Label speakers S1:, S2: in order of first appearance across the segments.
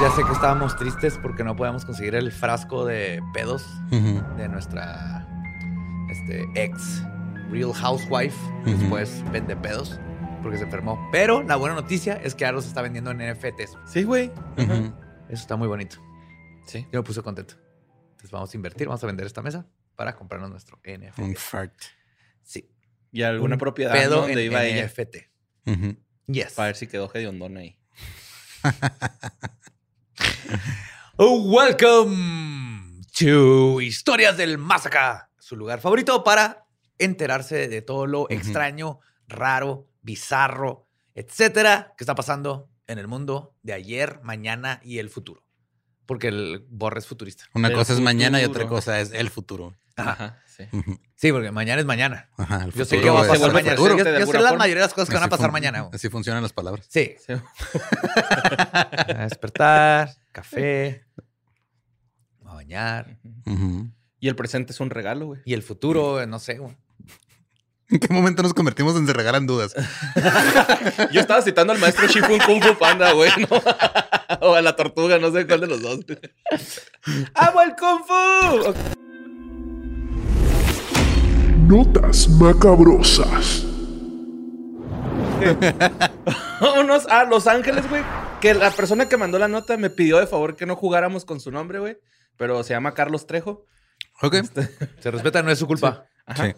S1: Ya sé que estábamos tristes porque no podíamos conseguir el frasco de pedos de nuestra este, ex Real Housewife, después vende pedos porque se enfermó. Pero la buena noticia es que ahora se está vendiendo en NFTs.
S2: Sí, güey.
S1: Eso está muy bonito.
S2: Sí.
S1: Yo me puse contento. Entonces vamos a invertir, vamos a vender esta mesa para comprarnos nuestro NFT.
S3: Un fart.
S1: Sí.
S2: Y alguna
S1: Un
S2: propiedad ¿no?
S1: Pedo
S2: donde
S1: en
S2: iba ella.
S1: NFT.
S3: Ujú.
S1: Yes.
S2: Para ver si quedó hediondón ahí.
S1: Oh, welcome to Historias del Más Acá, su lugar favorito para enterarse de todo lo extraño, raro, bizarro, etcétera, que está pasando en el mundo de ayer, mañana y el futuro. Porque el Borre es futurista.
S3: Una
S2: El
S3: cosa es mañana y otra
S2: futuro.
S3: cosa es el futuro.
S2: Ajá.
S1: Ajá.
S2: sí.
S3: Ujú.
S1: Sí, porque mañana es mañana.
S3: Ajá, el
S1: Yo sé
S3: futuro
S1: qué va a
S3: es-
S2: se
S1: pasar
S2: vuelve
S1: mañana.
S2: futuro
S1: Yo,
S2: de
S1: yo sé
S2: alguna
S1: la
S2: forma.
S1: mayoría de las cosas que van a
S3: Así
S1: pasar
S3: fun-
S1: mañana. güey.
S3: Así funcionan las palabras.
S1: Sí.
S2: Sí.
S1: A despertar, café, a bañar.
S3: Ujú.
S2: Y el presente es un regalo, güey.
S1: Y el futuro, no sé. güey.
S3: ¿En qué momento nos convertimos en se regalan dudas?
S2: Yo estaba citando al maestro Shifun Kung Fu Panda, güey. ¿no? o a la tortuga, no sé cuál de los dos. ¡Amo el Kung Fu! Ok.
S4: Notas macabrosas.
S2: Vámonos a Los Ángeles, güey. Que la persona que mandó la nota me pidió de favor que no jugáramos con su nombre, güey. Pero se llama Carlos Trejo.
S3: Ok.
S1: Se respeta, no es su culpa.
S2: Ajá.
S3: Sí.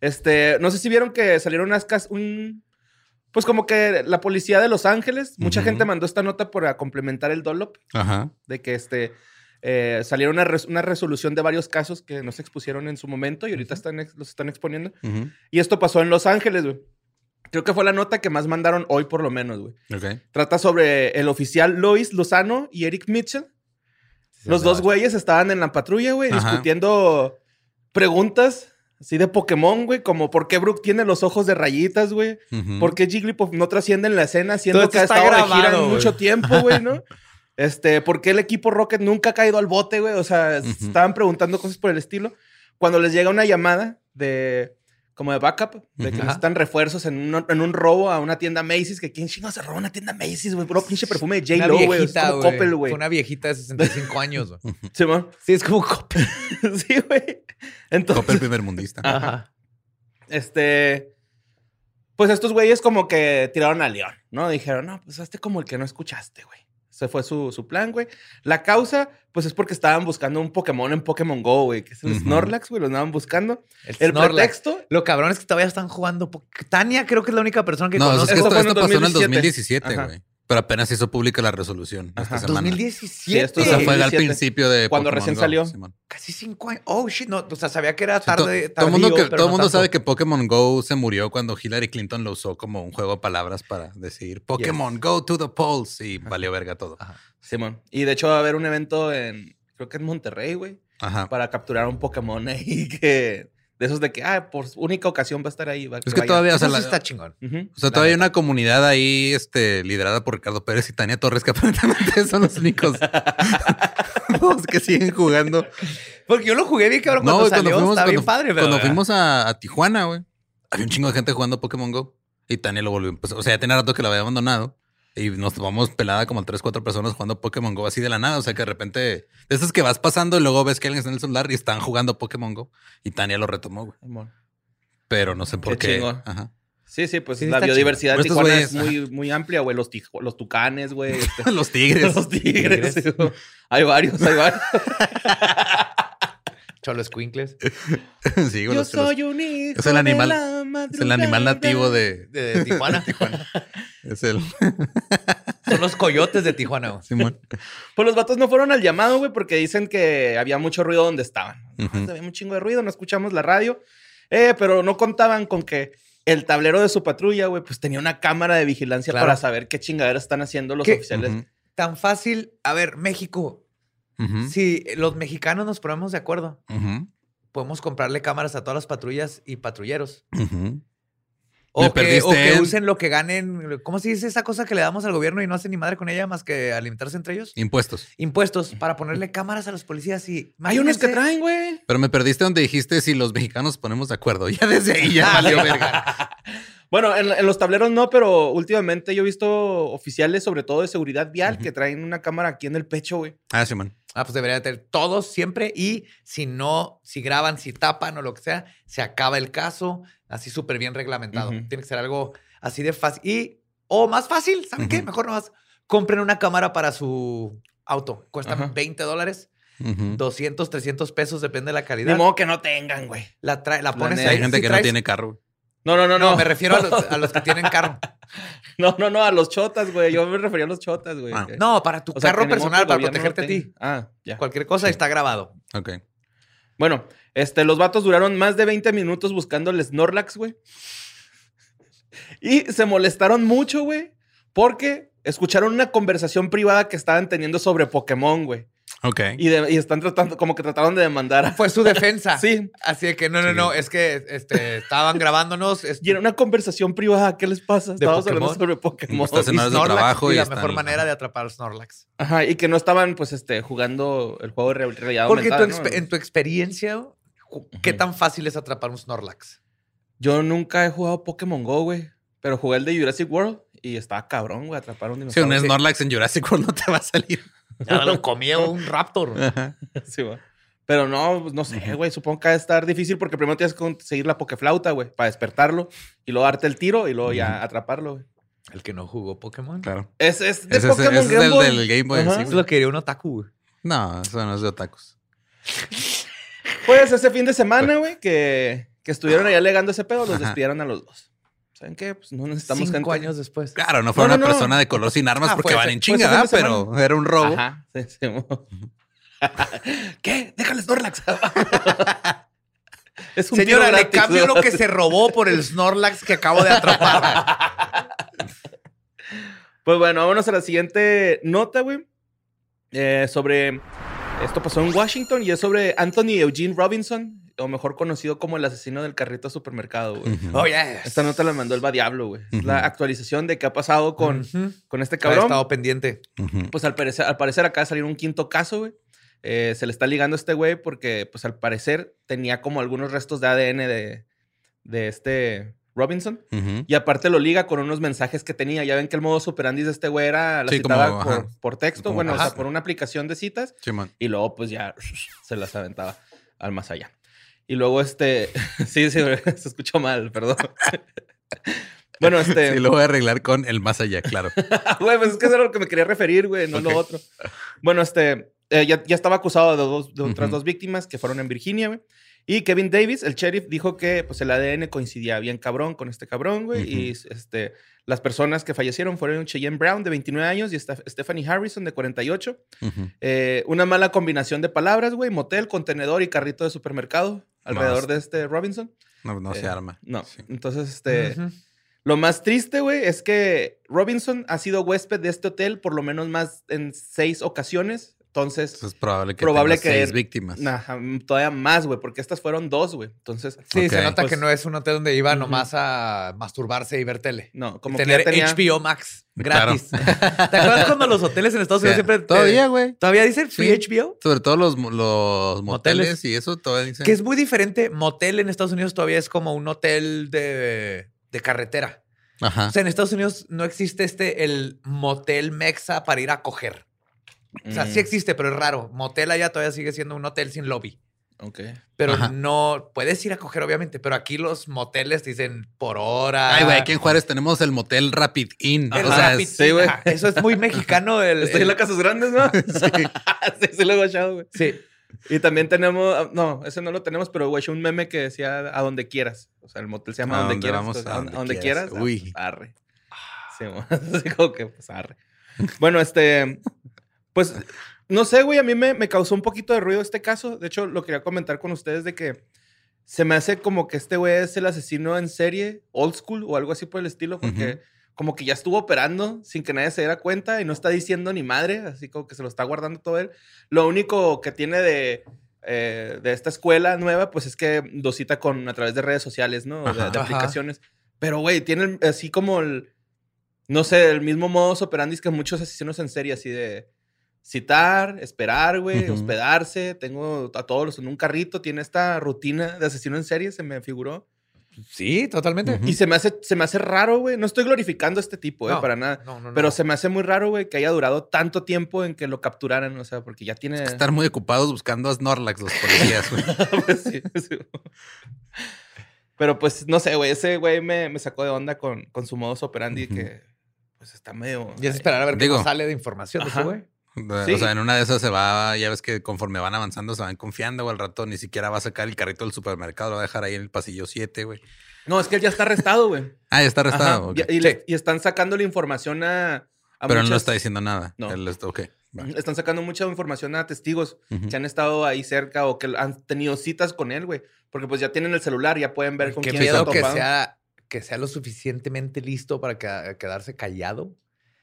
S2: Este, no sé si vieron que salieron unas cas un pues como que la policía de Los Ángeles, mucha
S3: Ujú.
S2: gente mandó esta nota para complementar el dollop
S3: Ajá.
S2: de que este eh, salieron una, res- una resolución de varios casos que no se expusieron en su momento y ahorita están ex- los están exponiendo.
S3: Ujú.
S2: Y esto pasó en Los Ángeles, güey. Creo que fue la nota que más mandaron hoy por lo menos, güey.
S3: Ok.
S2: Trata sobre el oficial Lois Lozano y Eric Mitchell. Los dos güeyes estaban en la patrulla, güey,
S3: Ajá.
S2: discutiendo preguntas así de Pokémon, güey, como por qué Brook tiene los ojos de rayitas, güey,
S3: Ujú.
S2: por qué Jigglypuff no trasciende en la escena, siendo
S1: Todo esto
S2: que ha
S1: está
S2: estado de gira
S1: grabado, güey.
S2: mucho tiempo, güey, ¿no? Este, por qué el equipo Rocket nunca ha caído al bote, güey, o sea,
S3: Ujú.
S2: estaban preguntando cosas por el estilo. Cuando les llega una llamada de como de backup, de que
S3: Ujú.
S2: necesitan refuerzos en un, en un robo a una tienda Macy's, que quién chingados se robó una tienda Macy's, güey, puro pinche perfume de
S1: Una
S2: J-Lo, güey, es
S1: viejita,
S2: como
S1: güey.
S2: Coppel, güey.
S1: Fue Una viejita de 65 años, güey.
S2: Simón.
S1: Sí, es como Coppel.
S2: sí, güey.
S3: Copper
S2: Entonces,
S3: primermundista.
S1: Ah,
S2: ajá. Este. Pues estos güeyes como que tiraron a León, ¿no? Dijeron, no, pues hazte como el que no escuchaste, güey. Ese fue su, su plan, güey. La causa, pues es porque estaban buscando un Pokémon en Pokémon Go, güey, que es el
S3: Ujú.
S2: Snorlax, güey, lo andaban buscando.
S1: El,
S2: El
S1: Snorlax.
S2: pretexto,
S1: Lo cabrón es que todavía están jugando. po- Tania creo que es la única persona que
S3: No, es
S1: conozco.
S3: que
S2: Eso
S3: esto,
S2: fue en
S3: esto pasó en el
S2: 2017.
S3: 2017,
S2: Ajá.
S3: güey. Pero apenas hizo pública la resolución esta
S2: Ajá.
S3: semana.
S1: 2017.
S2: esto
S3: O sea, fue al
S2: 2017,
S3: principio de.
S2: cuando
S3: Pokémon
S2: recién
S3: Go,
S2: salió.
S3: Simón.
S1: Casi cinco años. Oh, shit. No, o sea, sabía que era
S3: Sí, to-
S1: tarde.
S3: todo el mundo, que,
S1: tardío, pero
S3: todo
S1: no
S3: mundo sabe
S1: tanto.
S3: que Pokémon Go se murió cuando Hillary Clinton lo usó como un juego de palabras para decir Pokémon Go to the polls y valió verga todo.
S2: Simón. Y de hecho va a haber un evento en, creo que en Monterrey, güey,
S3: Ajá.
S2: para capturar un Pokémon ahí que... De esos de que, ah, por única ocasión va a estar ahí. va-
S3: Es que
S2: vaya.
S3: todavía, o sea,
S1: Eso
S3: la-
S1: sí Pues está chingón.
S2: Ujú.
S3: o sea, todavía hay una comunidad ahí este, liderada por Ricardo Pérez y Tania Torres que aparentemente son los únicos los que siguen jugando.
S1: Porque yo lo jugué bien, cabrón, cuando
S3: güey,
S1: salió. estaba bien
S3: cuando-
S1: padre, pero. ah.
S3: cuando fuimos a, a pues, Tijuana, güey, había un chingo de gente jugando Pokémon Go y Tania lo volvió. a empezar. o sea, ya tenía rato que lo había abandonado Y nos tomamos pelada como tres, cuatro personas jugando Pokémon Go así de la nada. O sea que de repente, de esas que vas pasando y luego ves que alguien está en el celular y están jugando Pokémon Go. Y Tania lo retomó, güey.
S2: Simón.
S3: Pero no sé por
S2: Qué
S3: qué.
S2: chingón.
S3: Ajá.
S2: Sí, sí, pues
S1: Sí,
S2: la
S1: está
S2: biodiversidad de
S3: chido.
S2: Tijuana
S3: Pero
S2: es
S3: estos ah.
S2: muy, muy amplia, güey. Los, tij- los tucanes, güey. este,
S3: Los tigres.
S2: los tigres. güey. hay varios, hay varios.
S1: Cholo Squinkles.
S3: sí, güey, los- los-
S2: un hijo
S3: es el animal- es el
S2: madrugada.
S3: animal nativo de.
S1: De Tijuana.
S3: Es el
S1: Son los coyotes de Tijuana. güey.
S3: Simón.
S2: Pues los vatos no fueron al llamado, güey, porque dicen que había mucho ruido donde estaban.
S3: Ujú.
S2: Había un chingo de ruido, no escuchamos la radio. Eh, pero no contaban con que el tablero de su patrulla, güey, pues tenía una cámara de vigilancia
S1: Claro.
S2: para saber qué chingadera están haciendo los
S1: ¿Qué?
S2: oficiales.
S3: Ujú.
S1: Tan fácil. A ver, México.
S3: Ujú.
S1: Si los mexicanos nos ponemos de acuerdo,
S3: Ujú.
S1: podemos comprarle cámaras a todas las patrullas y patrulleros.
S3: Ujú. Me
S1: O que, o
S3: perdiste
S1: que
S3: en-
S1: usen lo que ganen. ¿Cómo se dice esa cosa que le damos al gobierno y no hacen ni madre con ella más que alimentarse entre ellos?
S3: Impuestos.
S1: Impuestos para ponerle cámaras a los policías y.
S2: Hay unos que
S1: imagínense-
S2: traen, güey.
S3: Pero me perdiste donde dijiste si los mexicanos ponemos de acuerdo. Ya desde ahí ya valió verga.
S2: Bueno, en, en los tableros no, pero últimamente yo he visto oficiales, sobre todo de seguridad vial, que traen una cámara aquí en el pecho, güey.
S3: Ah, Simón.
S1: Ah, pues debería tener todos siempre. Y si no, si graban, si tapan o lo que sea, se acaba el caso. Así súper bien reglamentado.
S2: Ujú.
S1: Tiene que ser algo así de fácil. Y, o más fácil, ¿saben qué?
S3: Ujú.
S1: Mejor nomás compren una cámara para su auto. Cuestan
S2: Ajá.
S1: 20 dólares,
S3: Ujú.
S1: 200, 300 pesos, depende de la
S2: Ni
S1: calidad.
S2: modo que no tengan, güey.
S1: La, trae- la pones
S2: neta.
S1: ahí.
S3: Hay gente
S1: Si
S3: que no
S1: traes-
S3: tiene carro.
S2: No, no, no,
S1: No,
S2: no.
S1: me refiero a los, a los que tienen carro.
S2: No, no, no, a los chotas, güey. Yo me refería a los chotas, güey.
S3: Ah,
S2: Que-
S1: No, para tu
S2: o sea, que
S1: carro
S2: ni modo que
S1: personal,
S2: el
S1: para
S2: gobierno
S1: protegerte a
S2: lo
S1: ti.
S2: tenga. Ah, ya.
S1: Cualquier cosa está grabado.
S3: Ok.
S2: Bueno, este, los vatos duraron más de 20 minutos buscando el Snorlax, güey. Y se molestaron mucho, güey, porque escucharon una conversación privada que estaban teniendo sobre Pokémon, güey.
S3: Ok.
S2: Y, de- y están tratando, como que trataron de demandar. a-
S1: Fue su defensa.
S2: Sí.
S1: Así de que no, no,
S3: Sí.
S1: no, es que este, estaban grabándonos. este,
S2: Y era una conversación privada. ¿Qué les pasa? Estábamos hablando
S1: Pokémon?
S2: sobre Pokémon.
S3: Estás en
S1: y
S3: horas de
S1: Snorlax,
S3: trabajo
S1: y
S3: y
S1: la
S3: están-
S1: mejor manera
S3: ajá.
S1: de atrapar a Snorlax.
S2: Ajá, y que no estaban, pues, este, jugando el juego de re- realidad
S1: Porque tu
S2: aumentada,
S1: expe-
S2: ¿no?
S1: en tu experiencia, ju- ¿qué tan fácil es atrapar un Snorlax?
S2: Yo nunca he jugado Pokémon Go, güey. Pero jugué el de Jurassic World y estaba cabrón, güey, atrapar un
S3: Si
S2: dinosaurio.
S3: un Snorlax en Jurassic World no te va a salir.
S1: Ya lo comía un raptor.
S2: Sí, güey. Pero no, pues, no sé, güey. Supongo que va a estar difícil porque primero tienes que conseguir la Pokeflauta, güey, para despertarlo y luego darte el tiro y luego ya atraparlo, güey.
S1: El que no jugó Pokémon.
S3: Claro.
S2: Es, es de
S3: Ese es,
S2: Pokémon
S3: ese es
S2: Game
S3: del,
S2: Boy.
S3: del Game Boy.
S2: Ajá.
S3: sí,
S1: Eso
S3: güey.
S1: lo quería un otaku. güey.
S3: no, eso no es de otakus.
S2: Pues ese fin de semana, güey, que, que estuvieron ahí alegando ese pedo, los
S3: Ajá.
S2: despidieron a los dos. ¿Saben qué? Pues no necesitamos
S1: Cinco
S2: gente. Ah,
S1: años después.
S3: Claro, no fue
S2: No, no,
S3: una
S2: no.
S3: persona de color sin armas
S1: Ah,
S3: porque
S1: fue
S3: van
S1: ese-
S3: en
S2: fue ese
S3: chinga,
S2: fin de
S3: ¿verdad? pero era un robo.
S2: Ajá. Sí, sí, mo.
S1: ¿Qué? Déjale Snorlax.
S2: es un
S1: Señora,
S2: tiro
S1: le
S2: gratis,
S1: cambio
S2: ¿no?
S1: lo que se robó por el Snorlax que acabo de atrapar.
S2: Pues bueno, vámonos a la siguiente nota, güey. Eh, sobre. Esto pasó en Washington y es sobre Anthony Eugene Robinson, o mejor conocido como el asesino del carrito de supermercado, güey.
S3: Ujú.
S1: Oye, oh, yes.
S2: Esta nota la mandó el Va Diablo, güey. Es la
S3: Ujú.
S2: actualización de qué ha pasado con,
S1: Ujú.
S2: con este
S1: Ha
S2: cabrón.
S1: estado pendiente.
S3: Ujú.
S2: Pues al parecer, al parecer acaba de salir un quinto caso, güey. Eh, se le está ligando a este güey porque, pues al parecer, tenía como algunos restos de ADN de, de este Robinson.
S3: Ujú.
S2: Y aparte lo liga con unos mensajes que tenía. Ya ven que el modo operandi de este güey era la
S3: Sí,
S2: citada
S3: como,
S2: por,
S3: ajá.
S2: por texto,
S3: Como,
S2: bueno, o
S3: ajá.
S2: sea, por una aplicación de citas.
S3: Simón.
S2: Y luego, pues ya se las aventaba al más allá. Y luego, este. sí, sí, güey, se escuchó mal, perdón. bueno, este.
S3: Sí, lo voy a arreglar con el más allá, claro.
S2: Güey, pues es que eso era lo que me quería referir, güey, no
S3: Ok.
S2: lo otro. Bueno, este, eh, ya, ya estaba acusado de, dos, de otras
S3: Ujú.
S2: dos víctimas que fueron en Virginia, güey. Y Kevin Davis, el sheriff, dijo que pues el ADN coincidía bien cabrón con este cabrón, güey. Y este, las personas que fallecieron fueron Cheyenne Brown, de 29 años, y Esta- Stephanie Harrison, de 48.
S3: Ujú.
S2: Eh, una mala combinación de palabras, güey. Motel, contenedor y carrito de supermercado alrededor
S3: Más.
S2: de este Robinson.
S3: No, pues no
S2: Eh,
S3: se arma.
S2: No.
S3: Sí.
S2: Entonces, este...
S1: Ujú.
S2: Lo más triste, güey, es que Robinson ha sido huésped de este hotel por lo menos más en seis ocasiones. Entonces,
S3: Entonces es probable que
S2: Probable
S3: tenga
S2: que-
S3: seis víctimas.
S2: ajá, todavía más, güey, porque estas fueron dos, güey. Entonces,
S1: Sí,
S3: Ok.
S1: se nota que
S2: Pues-
S1: no es un hotel donde iba
S2: Ujú.
S1: nomás a masturbarse y ver tele.
S2: no, como
S1: tener
S2: que ya tenía...
S1: HBO Max
S3: Claro.
S1: gratis. ¿Te acuerdas cuando los hoteles en Estados
S3: O sea,
S1: Unidos siempre. te-
S3: todavía, güey.
S1: Todavía dicen free
S3: Sí.
S1: HBO?
S3: Sobre todo los, mo- los
S1: Moteles.
S3: moteles. y eso todavía dicen.
S1: Que es muy diferente. Motel en Estados Unidos todavía es como un hotel de, de carretera.
S3: Ajá.
S1: O sea, en Estados Unidos no existe este, el motel mexa para ir a coger. O sea,
S2: Mm,
S1: sí existe, pero es raro. Motel allá todavía sigue siendo un hotel sin lobby.
S2: Ok.
S1: Pero
S3: Ajá.
S1: no puedes ir a coger, obviamente. Pero aquí los moteles te dicen por hora.
S3: Ay, güey, aquí en Juárez tenemos el motel Rapid Inn.
S1: Ah. El
S3: o sea,
S1: Rapid
S3: es-
S2: sí, güey.
S1: Inn. Eso es muy mexicano. El,
S2: Estoy en
S1: el-
S2: las Casas Grandes, ¿no? sí. sí, sí lo he guachado, güey.
S1: Sí.
S2: Y también tenemos, ah, no, ese no lo tenemos, pero guachó un meme que decía a donde quieras. O sea, el motel se llama
S3: A
S2: a donde
S3: donde
S2: quieras.
S3: vamos,
S2: entonces,
S3: a
S2: a
S3: donde
S2: donde
S3: quieras.
S2: quieras. ah,
S3: Uy.
S2: pues, arre. Sí, mo- así como que, pues, arre. Bueno, este, pues, no sé, güey, a mí me, me causó un poquito de ruido este caso. De hecho, lo quería comentar con ustedes de que se me hace como que este güey es el asesino en serie, old school o algo así por el estilo, porque
S3: Ujú.
S2: como que ya estuvo operando sin que nadie se diera cuenta y no está diciendo ni madre, así como que se lo está guardando todo él. Lo único que tiene de, eh, de esta escuela nueva, pues es que dosita con a través de redes sociales, ¿no? De- De,
S3: Ajá.
S2: aplicaciones. Pero, güey, tiene el- así como el, no sé, el mismo modus operandi que muchos asesinos en serie, así de citar, esperar, güey,
S3: Ujú.
S2: hospedarse. Tengo a todos los en un carrito. Tiene esta rutina de asesino en serie, se me figuró.
S1: Sí, totalmente.
S3: Ujú.
S2: Y se me hace, se me hace raro, güey. No estoy glorificando a este tipo, eh,
S1: No,
S2: para nada.
S1: No, no, no.
S2: Pero se me hace muy raro, güey, que haya durado tanto tiempo en que lo capturaran, o sea, porque ya tiene...
S3: estar muy ocupados buscando a Snorlax los policías, güey.
S2: Pues sí, sí. Pero pues, no sé, güey, ese güey me, me sacó de onda con, con su modus operandi
S3: Ujú.
S2: que, pues, está medio...
S1: Y es esperar a ver
S3: Digo.
S1: qué nos sale de información de ese
S2: Ajá.
S1: güey.
S2: Sí.
S3: O sea, en una de esas se va, ya ves que conforme van avanzando se van confiando, o al rato ni siquiera va a sacar el carrito del supermercado, lo va a dejar ahí en el pasillo 7, güey.
S2: No, es que él ya está arrestado, güey.
S3: Ah, ya está arrestado.
S2: Ajá,
S3: ok.
S2: y, y le- y están sacando la información a... a
S3: Pero él no
S2: muchas-
S3: está diciendo nada.
S2: No.
S3: Él está- ok, va.
S2: Le Están sacando mucha información a testigos
S3: Ujú.
S2: que han estado ahí cerca o que han tenido citas con él, güey. Porque pues ya tienen el celular, ya pueden ver con
S1: Qué
S2: quién se ha
S1: miedo que
S2: topado.
S1: sea, que sea lo suficientemente listo para que- quedarse callado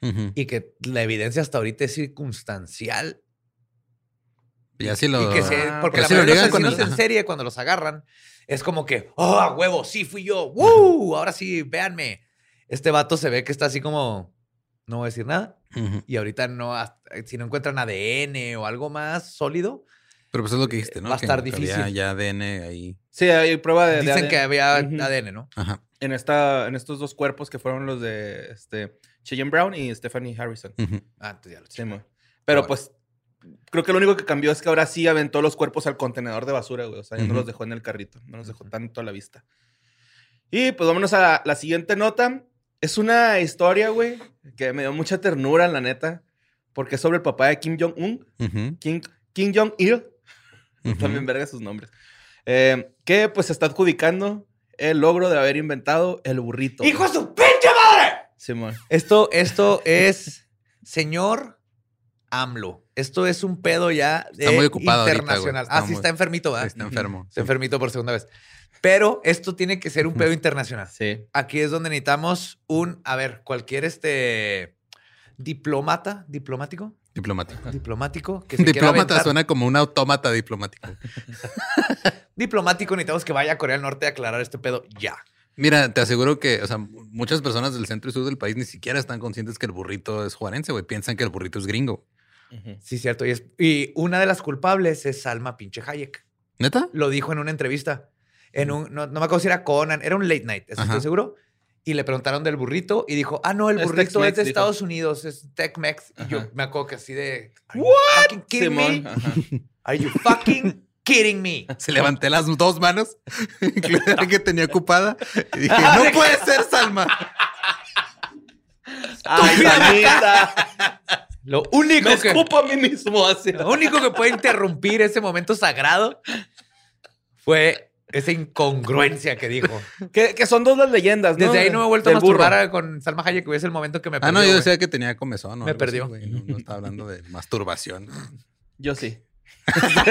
S3: Ujú.
S1: y que la evidencia hasta ahorita es circunstancial
S3: Y así lo.
S1: Y que se,
S2: Ah,
S1: porque
S3: que
S1: la
S3: se lo
S1: mayoría de los
S3: ligan con
S1: asesinos
S3: el-
S1: en serie, cuando los agarran, es como que, oh, a huevo, sí fui yo, ¡Woo! ahora sí, véanme. Este vato se ve que está así como, no voy a decir nada.
S3: Ujú.
S1: Y ahorita no, hasta- si no encuentran ADN o algo más sólido,
S3: Pero pues es lo que dijiste, ¿no?
S1: Eh, Va a
S3: Que
S1: estar
S3: había
S1: difícil.
S3: Ya ADN ahí.
S2: Sí, hay prueba de... de
S1: dicen
S2: ADN.
S1: que había
S2: Ujú.
S1: ADN, ¿no?
S3: Ajá.
S2: en, esta, en estos dos cuerpos que fueron los de este, Cheyenne Brown y Stephanie Harrison.
S3: Ujú.
S1: Ah, entonces ya lo
S2: Sí,
S1: chequé.
S2: mo. Pero
S1: Ahora.
S2: pues creo que lo único que cambió es que ahora sí aventó los cuerpos al contenedor de basura, güey. O sea, ya no
S3: Ujú.
S2: los dejó en el carrito, no los dejó
S1: Ujú.
S2: tanto a la vista. Y pues vámonos a la, la siguiente nota. Es una historia, güey, que me dio mucha ternura, la neta, porque es sobre el papá de Kim Jong-un,
S3: Ujú.
S2: Kim, Kim Jong-il,
S3: Ujú.
S2: también verga sus nombres, eh, que pues se está adjudicando el logro de haber inventado el burrito.
S1: ¡Hijo de su pinche madre!
S2: Simón.
S1: Esto, esto es, señor AMLO. Esto es un pedo ya
S3: Está
S1: de
S3: muy ocupado ahorita, güey.
S1: internacional.
S3: Está
S1: Ah, sí,
S3: muy-
S1: está enfermito, ¿verdad?
S3: Está enfermo.
S1: Se enfermito por segunda vez. Pero esto tiene que ser un pedo internacional.
S2: Sí.
S1: Aquí es donde necesitamos un, a ver, cualquier este diplomata, diplomático,
S3: Diplomático.
S2: Ah.
S1: diplomático. Que se quiera
S3: Diplomata
S1: aventar.
S3: suena como un autómata diplomático.
S1: Diplomático, necesitamos que vaya a Corea del Norte a aclarar este pedo ya.
S3: Mira, te aseguro que, o sea, muchas personas del centro y sur del país ni siquiera están conscientes que el burrito es juarense, güey. Piensan que el burrito es gringo.
S2: Ujú.
S1: Sí, cierto. Y, es- y una de las culpables es Salma pinche Hayek.
S3: ¿Neta?
S1: Lo dijo en una entrevista. En un, no, no me acuerdo si era Conan, era un late night, eso estoy
S3: Ajá.
S1: seguro. Y le preguntaron del burrito y dijo, ah, no, el
S2: Es
S1: burrito es,
S2: Tex-Mex,
S1: de
S2: dijo.
S1: Estados Unidos, es Tex-Mex. Y yo
S2: Ajá.
S1: me acuerdo que así de, "Are you fucking kidding me?"
S2: Simón, ajá.
S1: Are you fucking kidding me?
S3: Se levanté las dos manos que tenía ocupada y dije, no puede ser, Salma.
S2: ¡Ay, Samita!
S1: Lo único
S2: Me
S1: que
S2: escupo a mí mismo así.
S1: lo único que puede interrumpir ese momento sagrado fue esa incongruencia que dijo.
S2: Que, que son dos las leyendas, ¿no?
S1: Desde ahí no me he vuelto a
S2: Del burro.
S1: masturbar a- con Salma Hayek, que es el momento que me
S3: Ah,
S1: perdió.
S3: no, yo
S1: güey.
S3: decía que tenía comezón. o
S1: Me
S3: algo así,
S1: perdió.
S3: güey. No, no estaba hablando de masturbación.
S2: Yo sí.
S1: Yo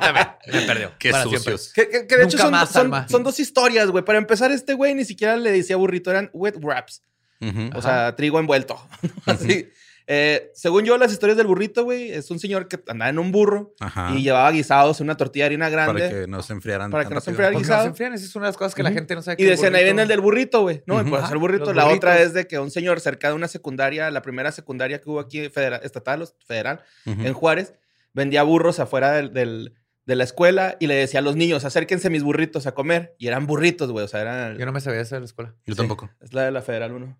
S1: también, me perdió.
S3: Qué
S1: para siempre.
S3: sucios.
S2: Que, que- que de hecho
S1: Nunca
S2: son,
S1: más, Pues
S2: son-
S1: Alma.
S2: son dos historias, güey. Para empezar, este güey ni siquiera le decía burrito, eran wet wraps.
S3: Ujú.
S2: O sea, trigo envuelto. Así. Eh, según yo, las historias del burrito, güey, es un señor que andaba en un burro
S1: Ah.
S3: Ajá.
S2: y llevaba guisados en una tortilla de harina grande.
S3: para que no se enfriaran.
S2: para
S3: tan
S2: que no se
S3: rápido.
S2: enfriara.
S1: Porque no se enfrían, esa es una de las cosas que la
S3: Ujú.
S1: gente no sabe. que
S2: Y
S1: el
S2: decían, ahí
S1: burrito-
S2: viene el del burrito, güey. No,
S3: Ujú.
S2: pues el burrito.
S1: los
S2: La otra
S1: burritos.
S2: es de que un señor cerca de una secundaria, la primera secundaria que hubo aquí, federal, estatal, o federal,
S3: Ujú.
S2: en Juárez, vendía burros afuera del, del, de la escuela y le decía a los niños, acérquense mis burritos a comer. Y eran burritos, güey. O sea, eran...
S1: Yo no me sabía eso de la escuela.
S3: Yo tampoco.
S2: Es la de la Federal 1.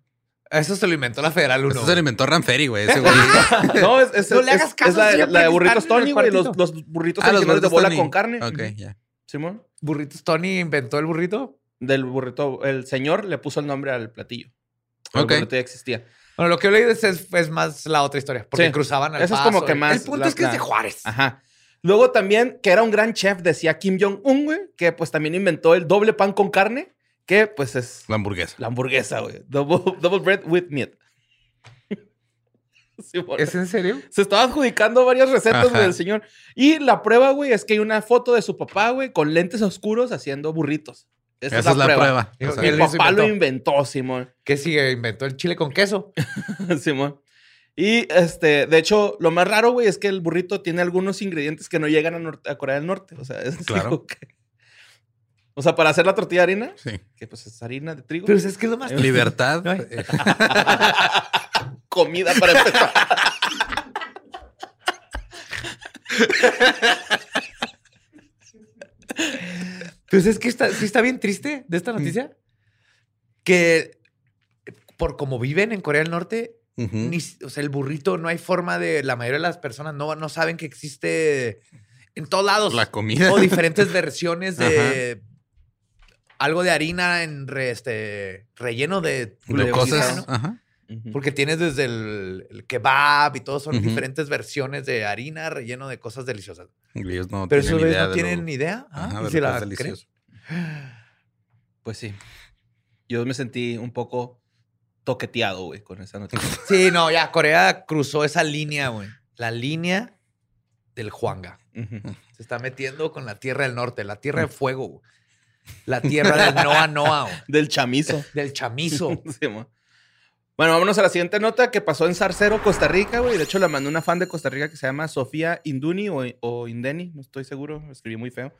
S1: Eso se lo inventó la Federal 1.
S3: Esto se lo inventó Ranferi, güey. Ese güey.
S2: No, es, es,
S1: No le
S2: es-
S1: hagas caso,
S2: es la, de-
S1: siempre
S2: la de
S1: que
S2: burritos
S1: están en
S2: Tony,
S1: el
S2: güey. Los,
S1: cuartito.
S2: los burritos
S3: Ah, los
S2: originales de
S3: burritos
S2: bola
S3: Tony.
S2: con carne.
S3: Ok, ya.
S2: Ujú. Simón.
S1: Burritos Tony inventó el burrito.
S2: Del burrito, el señor le puso el nombre al platillo. El
S3: Ok.
S2: burrito ya existía.
S1: Bueno, lo que yo leí de ese es, es más la otra historia. Porque
S2: Sí.
S1: cruzaban al
S2: Eso es
S1: paso.
S2: como que más
S1: El punto
S2: la-
S1: es que es de
S2: la-
S1: Juárez.
S2: Ajá. Luego también, que era un gran chef, decía Kim Jong-un, güey, que pues también inventó el doble pan con carne, que pues es
S3: La hamburguesa.
S2: la hamburguesa, güey. Double, double bread with meat. Sí, bueno.
S1: ¿Es en serio?
S2: Se estaba adjudicando varias recetas,
S3: Ajá.
S2: güey, del señor. Y la prueba, güey, es que hay una foto de su papá, güey, con lentes oscuros haciendo burritos.
S3: Esa, es la prueba.
S1: Yo-
S3: O sea,
S2: Mi
S1: Él los
S2: papá lo
S1: inventó.
S2: inventó, Simón.
S1: ¿Qué sigue? Inventó el chile con queso.
S2: Simón. Y este, de hecho, lo más raro, güey, es que el burrito tiene algunos ingredientes que no llegan a, Nor- a Corea del Norte. O sea, es así
S3: Claro.
S2: como que- O sea, para hacer la tortilla de harina,
S3: sí.
S2: que pues es harina de trigo,
S1: Pero es que es lo más...
S3: Libertad.
S1: No hay-
S3: eh,
S2: comida para empezar.
S1: Pues es que está, sí está bien triste de esta
S3: Mm.
S1: noticia. Que por como viven en Corea del Norte,
S3: ujú.
S1: ni s- o sea, el burrito no hay forma de. La mayoría de las personas no, no saben que existe en todos lados.
S3: La comida.
S1: O diferentes versiones de algo de harina en re- este, relleno de
S3: Glucosas.
S1: ¿no?
S3: Ajá.
S1: Porque tienes desde el, el kebab y todo, son
S3: Ujú.
S1: diferentes versiones de harina relleno de cosas deliciosas.
S3: Y ellos no
S1: Pero
S3: tienen
S1: esos güeyes
S3: idea
S1: no
S3: de
S1: tienen
S3: lo-
S1: ni idea. ¿ah?
S3: Ajá,
S1: ¿Y
S3: de lo
S1: se
S3: que
S1: la
S3: es
S1: creen?
S3: delicioso.
S2: Pues sí. Yo me sentí un poco toqueteado, güey, con esa noticia.
S1: Sí, no, ya, Corea cruzó esa línea, güey. La línea del Juanga.
S2: Ujú.
S1: Se está metiendo con la tierra del norte, la tierra de fuego, güey. La tierra del Noa Noa, güey.
S2: Del chamizo.
S1: del chamizo.
S2: Simón. Bueno, vámonos a la siguiente nota que pasó en Sarcero, Costa Rica, güey. De hecho, la mandó una fan de Costa Rica que se llama Sofía Induni o, o Indeni, no estoy seguro, lo escribí muy feo.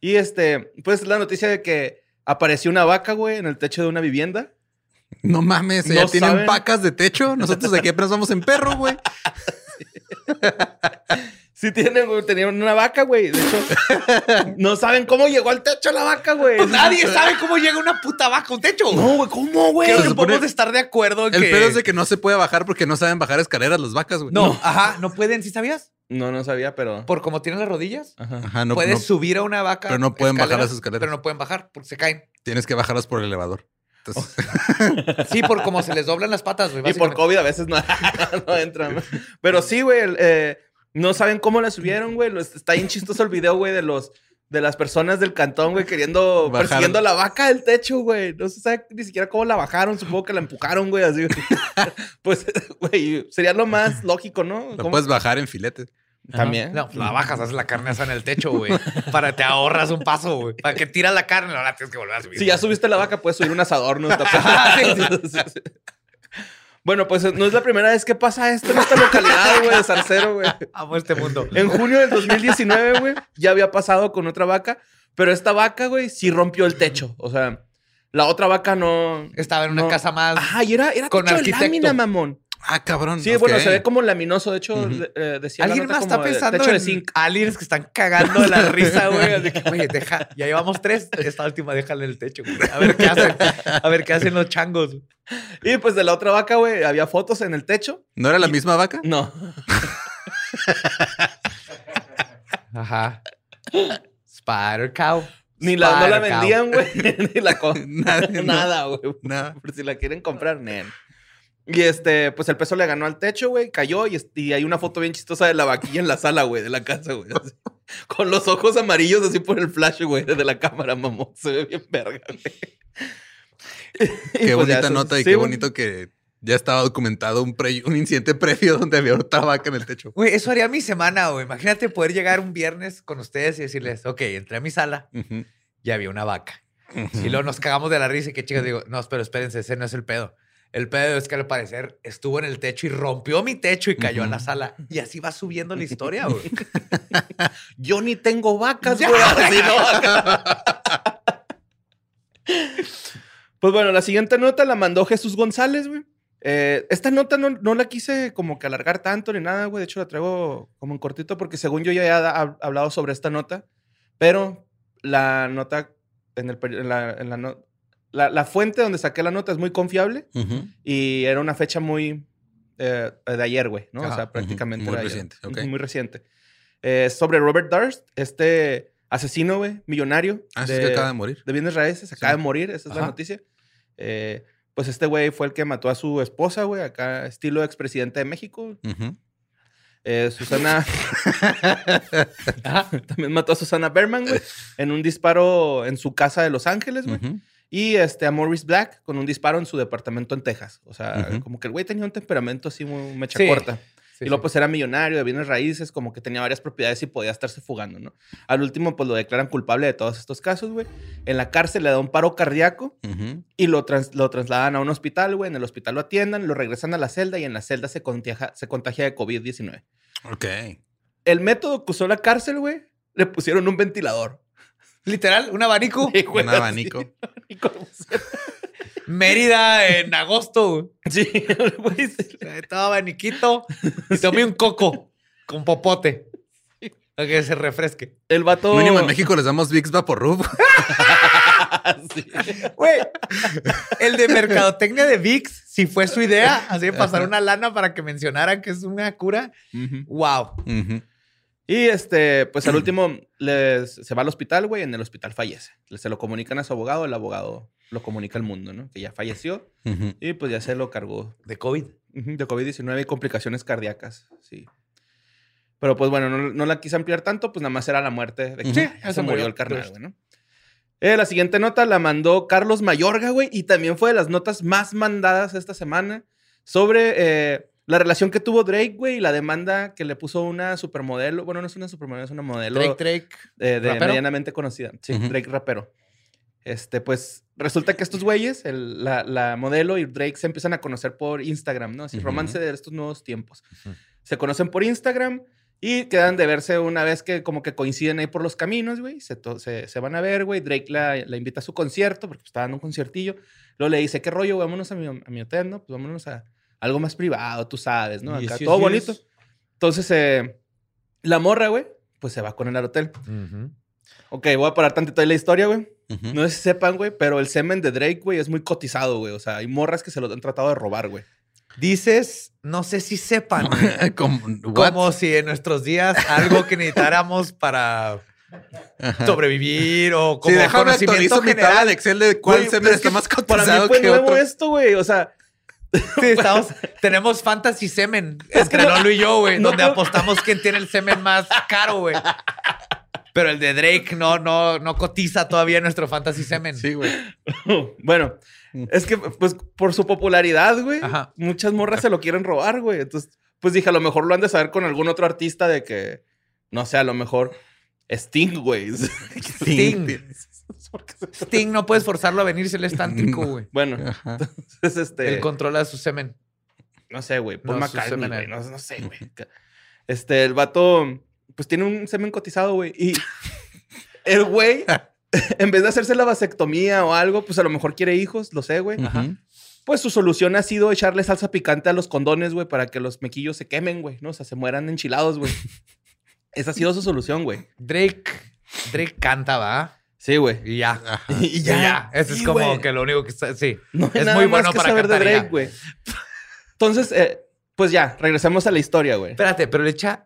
S2: Y este, pues la noticia de que apareció una vaca, güey, en el techo de una vivienda.
S3: No mames,
S2: No
S3: ya tienen
S2: saben.
S3: vacas de techo. Nosotros aquí apenas vamos en perro, güey.
S2: Sí, tienen, güey, tenían una vaca, güey. De hecho, no saben cómo llegó al techo la vaca, güey.
S1: Pues nadie sabe cómo llega una puta vaca a un techo. No, güey, ¿cómo, güey? Creo
S3: Se
S1: que
S3: supone-
S1: podemos estar de acuerdo en
S3: El
S1: que...
S3: pedo es de que no se puede bajar porque no saben bajar escaleras las vacas, güey.
S1: No, ajá, no pueden, ¿sí sabías?
S2: No, no sabía, pero.
S1: Por como tienen las rodillas,
S2: Ajá.
S3: Ajá, Ah, no,
S1: puedes
S3: no-
S1: subir a una vaca.
S3: pero no pueden bajar las escaleras.
S1: Pero no pueden bajar porque se caen.
S3: tienes que bajarlas por el elevador. Entonces,
S1: Sí, por como se les doblan las patas, güey.
S2: Y por
S1: básicamente.
S2: COVID a veces no, no entran. ¿no? Pero sí, güey. el, eh, no saben cómo la subieron, güey. los- Está bien chistoso el video, güey, de los de las personas del cantón, güey, queriendo,
S3: Bajar.
S2: persiguiendo la vaca del techo, güey. No se sabe ni siquiera cómo la bajaron. Supongo que la empujaron, güey, así. güey. pues, güey, sería lo más lógico, ¿no?
S3: lo
S2: ¿Cómo?
S3: puedes bajar en filete.
S2: También.
S1: No, la bajas, haces la carne asada en el techo, güey. Para te ahorras un paso, güey. Para que tiras la carne, ahora tienes que volver a subir.
S2: Si ya subiste la vaca, puedes subir un asador, ¿no? Está
S1: Ajá,
S2: Sí, sí, sí. Bueno, pues no es la primera vez que pasa esto en esta localidad, güey, de Zarcero, güey.
S1: Amo este mundo.
S2: En junio del 2019, güey, ya había pasado con otra vaca, pero esta vaca, güey, sí rompió el techo. O sea, la otra vaca no.
S1: Estaba en una
S2: No. Ah,
S1: casa más.
S2: Ajá, y era, era
S1: Con
S2: techo de
S1: arquitecto.
S2: lámina, mamón.
S3: Ah, cabrón.
S2: Sí,
S3: ok.
S2: bueno, se ve como laminoso. De hecho, de- eh, decía. la
S1: Alguien
S2: nota
S1: más está
S2: como de
S1: pensando
S2: Techo de
S1: en
S2: zinc.
S1: aliens que están cagando de la risa, güey. Así que, Oye, deja, ya llevamos tres. Esta última déjala en el techo, güey. A ver qué hacen. A ver qué hacen los changos.
S2: Y pues de la otra vaca, güey, había fotos en el techo.
S3: ¿No era la misma vaca?
S2: No.
S1: Ajá. Spider cow.
S2: Ni la, no la
S1: Spider cow.
S2: vendían, güey. ni la co-
S3: Nada, no.
S2: Nada, güey.
S3: Nada.
S2: Por si la quieren comprar, nen. Y este, pues el peso le ganó al techo, güey, cayó y, es- y hay una foto bien chistosa de la vaquilla en la sala, güey, de la casa, güey. así. Con los ojos amarillos así por el flash, güey, de la cámara, mamón. Se ve bien verga, güey. pues,
S3: Qué bonita nota y qué
S2: bonito
S3: bonito que ya estaba documentado un, pre- un incidente previo donde había otra vaca en el techo.
S1: Güey, eso haría mi semana, güey. Imagínate poder llegar un viernes con ustedes y decirles, ok, entré a mi sala
S3: Ujú.
S1: y había una vaca. Y luego nos cagamos de la risa y que chicas digo, no, pero espérense, ese no es el pedo. El pedo es que al parecer estuvo en el techo y rompió mi techo y cayó a la sala. Y así va subiendo la historia, güey.
S2: Yo ni tengo vacas, güey. así, ¿no? Acá. Pues bueno, la siguiente nota la mandó Jesús González, güey. Eh, esta nota no, no la quise como que alargar tanto ni nada, güey. De hecho, la traigo como en cortito porque según yo ya he hab- hablado sobre esta nota. Pero la nota en el... peri- en la, en la no- la- la fuente donde saqué la nota es muy confiable
S3: Ujú.
S2: y era una fecha muy eh, de ayer, güey, ¿no? o
S1: Ajá,
S2: sea, prácticamente
S3: ujú, muy
S2: era ayer.
S3: reciente, ok.
S2: Ujú, Muy reciente. Eh, sobre Robert Durst, este asesino, güey, millonario
S3: Ah, sí,
S2: de,
S3: que acaba de morir.
S2: de bienes raíces, acaba
S3: Sí.
S2: de morir, esa es la
S3: Ajá.
S2: noticia. Eh, pues este güey fue el que mató a su esposa, güey, acá estilo expresidente de México.
S3: Ujú.
S2: Eh, Susana... Ajá, También mató a Susana Berman, güey, en un disparo en su casa de Los Ángeles, güey.
S3: Ujú.
S2: Y este, a Morris Black con un disparo en su departamento en Texas. O sea,
S3: Ujú.
S2: como que el güey tenía un temperamento así muy mecha
S1: Sí.
S2: corta.
S1: Sí,
S2: y luego pues era millonario, de bienes raíces, como que tenía varias propiedades y podía estarse fugando, ¿no? Al último pues lo declaran culpable de todos estos casos, güey. En la cárcel le da un paro cardíaco
S3: Ujú.
S2: y lo, trans- lo trasladan a un hospital, güey. En el hospital lo atiendan, lo regresan a la celda y en la celda se contagia, se contagia de COVID-19.
S3: Ok.
S2: El método que usó la cárcel, güey, le pusieron un ventilador.
S1: Literal, un abanico.
S2: Sí, güey,
S3: Un
S2: así.
S3: abanico.
S2: Y como-
S1: Mérida en agosto.
S2: Sí, el güey se-
S1: güey. Todo abaniquito. Y tomé un coco con popote. Para que se refresque.
S2: el vato...
S3: Mínimo en México les damos Vicks Vaporub.
S2: Sí.
S1: Güey, el de mercadotecnia de VIX, si fue su idea, así de pasar una lana para que mencionaran que es una cura. Wow.
S3: Ujú.
S2: Y este, pues al último les- se va al hospital, güey, en el hospital fallece. Se lo comunican a su abogado, el abogado lo comunica al mundo, ¿no? Que ya falleció
S3: Ujú.
S2: y pues ya se lo cargó
S1: De COVID.
S2: ujú, de COVID-19 y complicaciones cardíacas, sí. Pero pues bueno, no, no la quise ampliar tanto, pues nada más era la muerte de que
S3: Sí,
S2: ya
S1: ya
S2: se
S1: se
S2: murió
S1: murió.
S2: el carnal, güey, ¿no? Eh, la siguiente nota la mandó Carlos Mayorga, güey, y también fue de las notas más mandadas esta semana sobre eh, la relación que tuvo Drake, güey, y la demanda que le puso una supermodelo. Bueno, no es una supermodelo, es una modelo
S1: Drake, Drake.
S2: eh, de
S1: ¿Rapero?
S2: medianamente conocida. Sí,
S3: Ujú.
S2: Drake rapero. Este, pues resulta que estos güeyes, el- la, la modelo y Drake se empiezan a conocer por Instagram, ¿no? Así,
S3: Ujú.
S2: romance de estos nuevos tiempos. Se conocen por Instagram y quedan de verse una vez que como que coinciden ahí por los caminos, güey. Se, to- se, se van a ver, güey. Drake la, la invita a su concierto porque está dando un conciertillo. Luego le dice, ¿qué rollo? Vámonos a mi, a mi hotel, ¿no? Pues vámonos a algo más privado, tú sabes, ¿no?
S1: Yes,
S2: Acá,
S1: yes,
S2: todo
S1: yes.
S2: bonito. Entonces, eh, la morra, güey, pues se va con él al hotel. Ok, voy a parar tantito ahí la historia, güey.
S3: Ujú.
S2: No sé si sepan, güey, pero el semen de Drake, güey, es muy cotizado, güey. O sea, hay morras que se lo han tratado de robar, güey.
S1: Dices, no sé si sepan.
S3: Como, what?
S1: Como si en nuestros días algo que necesitáramos para
S3: Ajá.
S1: sobrevivir o como
S3: sí, déjame
S1: conocimiento
S3: actualizo mi tabla
S1: general.
S3: de Excel de cuál
S2: Güey,
S3: semen
S2: pero es
S3: está
S2: que
S3: más
S2: Para mí
S3: cotizado
S2: fue
S3: que
S2: nuevo
S3: otro.
S2: esto, güey. O sea,
S1: Sí, estamos- tenemos fantasy semen entre Lolo y yo, güey,
S2: no
S1: donde
S2: creo-
S1: apostamos quién tiene el semen más caro, güey. Pero el de Drake no, no, no cotiza todavía nuestro fantasy semen.
S3: Sí, güey.
S2: bueno,
S3: Mm.
S2: es que, pues, por su popularidad, güey,
S1: Ajá.
S2: muchas morras se lo quieren robar, güey. Entonces, pues dije, a lo mejor lo han de saber con algún otro artista de que, no sé, a lo mejor Sting, güey.
S1: Sting. Sting no puedes forzarlo a venirse, él es tántrico, güey.
S2: bueno,
S3: Ajá.
S2: entonces, este...
S1: Él controla su semen.
S2: No sé, güey. Paul
S1: No, su
S2: McCartney,
S1: semen
S2: güey.
S1: era-
S2: No, no sé, güey. Este, el vato, pues tiene un semen cotizado, güey. Y el güey, en vez de hacerse la vasectomía o algo, pues a lo mejor quiere hijos, lo sé, güey.
S3: Ujú.
S2: Pues su solución ha sido echarle salsa picante a los condones, güey, para que los mequillos se quemen, güey, ¿no? O sea, se mueran enchilados, güey. Esa ha sido su solución, güey.
S1: Drake, Drake canta, ¿va?
S2: Sí, güey.
S1: Y ya.
S2: Ah, Y
S1: Ya,
S2: ya.
S1: ya. Eso es
S2: Sí,
S1: como
S2: güey.
S1: que lo único que está. Sí.
S2: No hay
S1: es
S2: nada
S1: muy
S2: más
S1: bueno
S2: que
S1: para
S2: saber
S1: cantar.
S2: de
S1: y ya.
S2: Drake, güey. Entonces, eh, pues ya, regresemos a la historia, güey.
S1: Espérate, pero le echa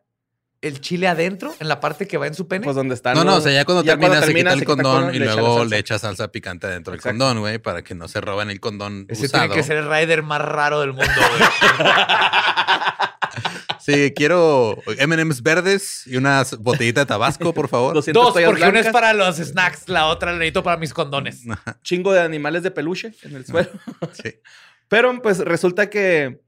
S1: el chile adentro en la parte que va en su pene.
S2: Pues donde está.
S3: No, no, o sea, ya cuando termina se quita el condón y
S2: le echa la
S3: luego
S2: salsa.
S3: le echa salsa picante dentro del
S2: Exacto.
S3: condón, güey, para que no se roben el condón
S1: Ese
S3: usado.
S1: tiene que ser el rider más raro del mundo, güey.
S3: Sí, quiero M&M's verdes y una botellita de Tabasco, por favor.
S2: Lo siento.
S1: Dos, porque
S2: toallas
S1: una es
S2: blancas.
S1: para los snacks, la otra la necesito para mis condones.
S2: chingo de animales de peluche en el suelo.
S3: Sí.
S2: Pero pues resulta que,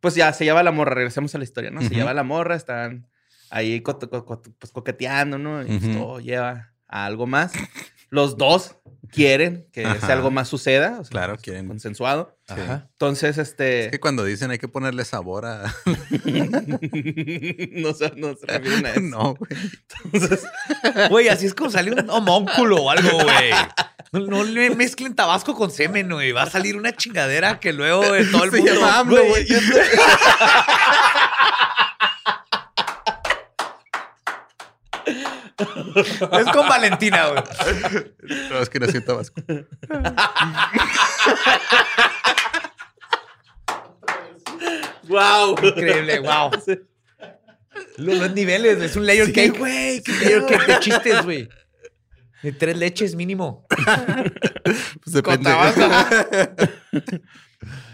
S2: pues ya se lleva la morra, regresemos a la historia, ¿no? Se
S3: Ujú.
S2: lleva la morra, están ahí co- co- co- pues, coqueteando, ¿no? Y pues,
S3: Ujú.
S2: todo lleva a algo más. Los dos quieren que
S3: Ajá.
S2: ese algo más suceda, o sea,
S3: Claro,
S2: pues,
S3: quieren.
S2: consensuado.
S3: Ajá.
S2: Entonces, este,
S3: Es que cuando dicen hay que ponerle sabor a...
S2: no, se- no se refieren a eso.
S3: No, güey.
S2: Entonces,
S1: Güey, así es como sale un homónculo o algo, güey. No, no le mezclen tabasco con semen, güey. Va a salir una chingadera que luego eh, todo el mundo...
S3: AMLO, güey.
S1: Es con Valentina, güey.
S3: No, es que nació en Tabasco.
S2: ¡Wow!
S1: Increíble, wow. Los, los niveles, es un layer cake. güey. Qué layer cake de chistes, güey. De tres leches mínimo.
S3: Pues depende.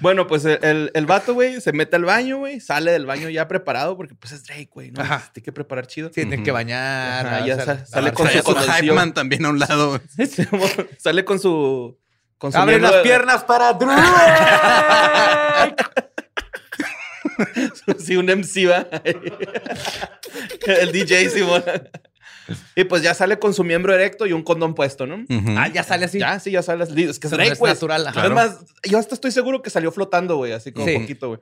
S2: Bueno, pues el- el, el vato, güey, se mete al baño, güey. Sale del baño ya preparado porque, pues, es Drake, güey. No,
S1: Ajá.
S2: Pues, tiene que preparar chido.
S1: Tienen que bañar.
S2: Ajá, ya
S1: hacer-
S2: sa- sale con
S3: Traía
S2: su
S3: su hype
S2: convención.
S3: man también a un lado.
S2: Sale con su... Con su
S1: Abre
S2: miembro
S1: las
S2: de-
S1: piernas para Drew.
S2: Sí, un MC va. El DJ Simón. Y pues ya sale con su miembro erecto y un condón puesto, ¿no?
S1: ah, ya sale así.
S2: Ya, sí, ya sale. así. Es que es
S1: Pero no
S2: Drake,
S1: es
S2: güey.
S1: natural, ajá.
S2: Además, yo hasta estoy seguro que salió flotando, güey, así como
S1: Sí.
S2: poquito, güey.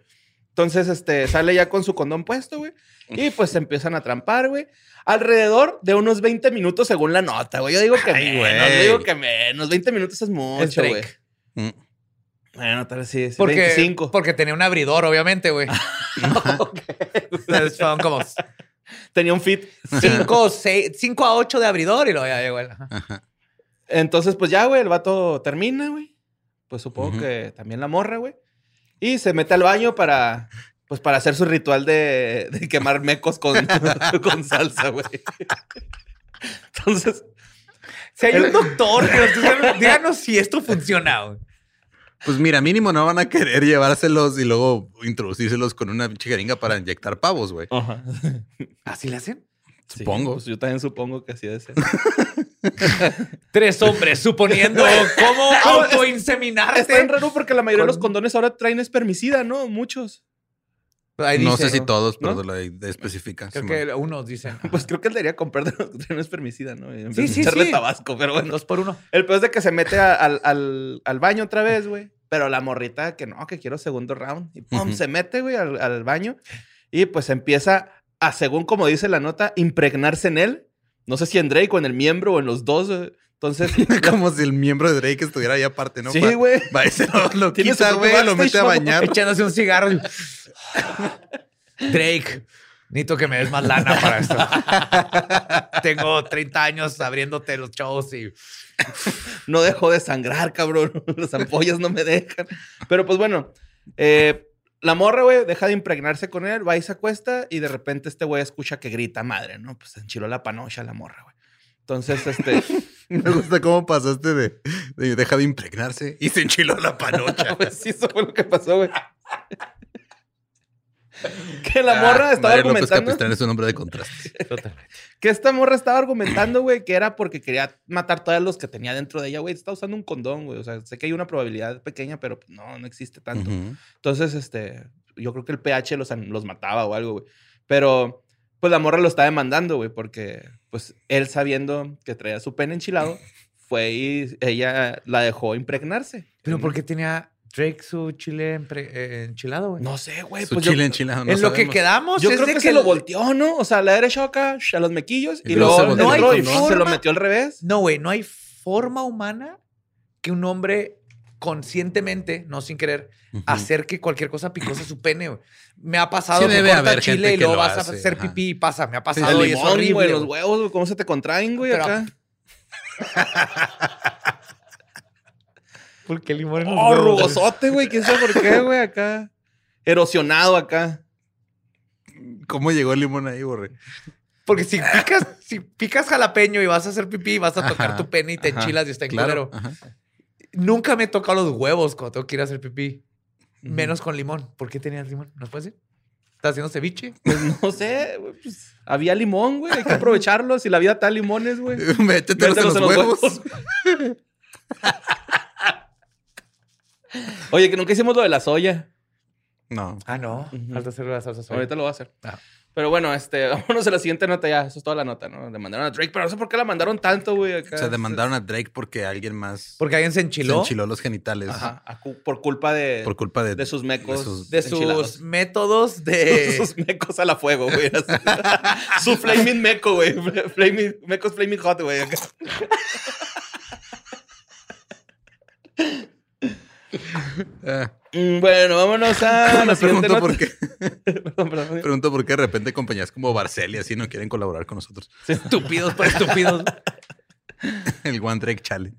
S2: Entonces, este, sale ya con su condón puesto, güey. Y pues se empiezan a trampar, güey. Alrededor de unos 20 minutos según la nota, güey. Yo digo que
S3: Ay,
S2: menos,
S3: güey.
S2: yo digo que menos. 20 minutos es mucho,
S1: Drake.
S2: güey.
S3: Mm,
S2: Bueno, tal vez sí, sí,
S1: Porque,
S2: 25.
S1: porque tenía un abridor, obviamente, güey. Entonces, Son como
S2: Tenía un fit.
S1: 5 cinco a 8 de abridor y luego ya llegó. el- ajá.
S2: Entonces, pues ya, güey, el vato termina, güey. Pues supongo
S3: Ujú.
S2: que también la morra, güey. Y se mete al baño para, pues para hacer su ritual de, de quemar mecos con, con salsa, güey. Entonces,
S1: Si hay
S2: El-
S1: un doctor, que nos diga- díganos si esto funciona. güey.
S3: Pues mira, mínimo no van a querer llevárselos y luego introducírselos con una pinche jeringa para inyectar pavos, güey.
S1: ¿Así le hacen?
S2: sí,
S3: Supongo.
S2: pues yo también supongo que así es.
S1: Tres hombres suponiendo cómo
S2: Está bien
S1: autoinseminarte.
S2: raro porque la mayoría de los
S1: Ah, Con-
S2: condones ahora traen espermicida, ¿no? Muchos.
S1: Ahí
S3: no
S1: dice,
S3: sé si
S1: ¿no?
S3: todos, pero
S2: ¿No?
S3: lo ahí especifica.
S1: Creo
S3: Simón.
S1: que unos dicen. ajá.
S2: Pues creo que él debería comprar de los que traen espermicida, ¿no? Y en vez
S1: Sí,
S2: de
S1: sí,
S2: echarle
S1: sí.
S2: tabasco, pero bueno.
S1: Dos por uno.
S2: El peor es de que se mete a- al, al- al baño otra vez, güey. Pero la morrita que no, que quiero segundo round. Y pum,
S3: Ujú.
S2: se mete, güey, al, al baño. Y pues empieza a, según como dice la nota, impregnarse en él. No sé si en Drake o en el miembro o en los dos. eh. Entonces,
S3: Como si el miembro de Drake estuviera ahí aparte, ¿no?
S2: sí,
S3: Pa-
S2: güey.
S3: Va y se lo, lo
S2: Tiene
S3: quita,
S2: su propio
S3: güey, lo mete a
S2: backstage,
S3: bañar.
S1: Echándose un cigarro. y- Drake, necesito que me des más lana para esto. Tengo 30 años abriéndote los shows y
S2: No dejo de sangrar, cabrón. Las ampollas no me dejan. Pero pues bueno, eh, la morra, güey, deja de impregnarse con él, va y se acuesta y de repente este güey escucha que grita madre, ¿no? Pues se enchiló la panocha la morra, güey. Entonces, este...
S3: Me gusta cómo pasaste de, de deja de impregnarse y se enchiló la panocha.
S2: Pues sí, eso fue lo que pasó, güey. que la morra
S3: Ah,
S2: estaba
S3: Mario López
S2: argumentando.
S3: Capistrán es un hombre de contraste.
S2: que esta morra estaba argumentando, güey, que era porque quería matar todos los que tenía dentro de ella, güey. Está usando un condón, güey. O sea, sé que hay una probabilidad pequeña, pero pues, no, no existe tanto.
S3: Ujú.
S2: Entonces, este, yo creo que el pH los, an- los mataba o algo, güey. Pero, pues la morra lo está demandando, güey, porque, pues, él sabiendo que traía su pene enchilado, fue y ella la dejó impregnarse.
S1: Pero ¿por qué tenía Drake su chile empre- eh, enchilado, güey?
S2: No sé, güey.
S3: Su
S2: pues, yo-
S3: chile enchilado. no
S1: en lo que
S3: sabemos.
S1: quedamos
S2: Yo
S1: es
S2: creo
S1: de
S2: que, se lo
S1: el-
S2: volteó, ¿no? O sea, la derecha acá sh- a los mequillos y,
S3: Y luego
S2: luego
S3: se
S2: el
S3: volteó
S2: otro
S3: el
S2: y
S3: condón.
S2: ¡pum! se lo
S1: Forma-
S2: metió al revés.
S1: No, güey, no hay forma humana que un hombre conscientemente, no sin querer,
S3: Ujú.
S1: hacer que cualquier cosa picosa su pene, güey. Me ha pasado
S3: Sí
S1: que
S3: debe
S1: corta
S3: haber
S1: chile
S3: gente
S1: y
S3: que
S1: luego
S3: lo
S1: vas
S3: hace,
S1: a hacer
S3: ajá.
S1: pipí y pasa. Me ha
S2: El
S1: pasado y es
S2: limón, güey,
S1: horrible.
S2: los
S1: güey.
S2: huevos, güey, cómo se te contraen, güey,
S1: Pero-
S2: acá.
S1: Porque el limón en los
S2: Oh,
S1: huevos, güey.
S2: rugosote, güey, quién sabe por qué, güey, acá. Erosionado acá.
S3: ¿Cómo llegó el limón ahí, Borre?
S1: Porque si picas, si picas jalapeño y vas a hacer pipí, vas a tocar
S3: Ajá,
S1: tu pene y te
S3: ajá,
S1: enchilas y está en
S3: Claro.
S1: culero.
S3: ajá.
S1: Nunca me he tocado los huevos cuando tengo que ir a hacer pipí. Menos con limón. ¿Por qué tenías limón? ¿Nos puedes decir? ¿Estás haciendo ceviche?
S2: Pues no sé, güey, pues, había limón, güey, hay que aprovecharlo. Si la vida está limones, güey.
S3: Métetelos en los,
S2: Mételos
S3: huevos.
S2: huevos. Oye, que nunca hicimos lo de la soya.
S3: No.
S1: Ah, no. Falta hacer la salsa soya.
S2: Ahorita lo voy a hacer.
S1: Ah.
S2: Pero bueno, este, vámonos a la siguiente nota ya. Eso es toda la nota, ¿no? Le mandaron a Drake, pero no sé por qué la mandaron tanto, güey. acá.
S3: O sea, demandaron a Drake porque alguien más
S1: Porque alguien se
S3: se
S1: enchiló,
S3: enchiló los genitales
S2: Ajá, Ah, a cu- por culpa de,
S3: por culpa de,
S2: de sus mecos.
S3: de sus-
S1: de sus
S2: enchilados.
S1: métodos
S2: De
S1: de...
S2: sus mecos a la fuego, güey. Así. Su flaming meco, güey. Flaming, mecos flaming hot, güey. acá.
S3: Eh,
S2: Mm, Bueno, vámonos a la
S3: me
S2: siguiente
S3: pregunto
S2: nota.
S3: por qué.
S2: Perdón, perdón.
S3: Pregunto por qué de repente compañías como Barcel y así no quieren colaborar con nosotros.
S1: Estúpidos
S2: pues,
S1: por estúpidos.
S3: El One Drake Challenge.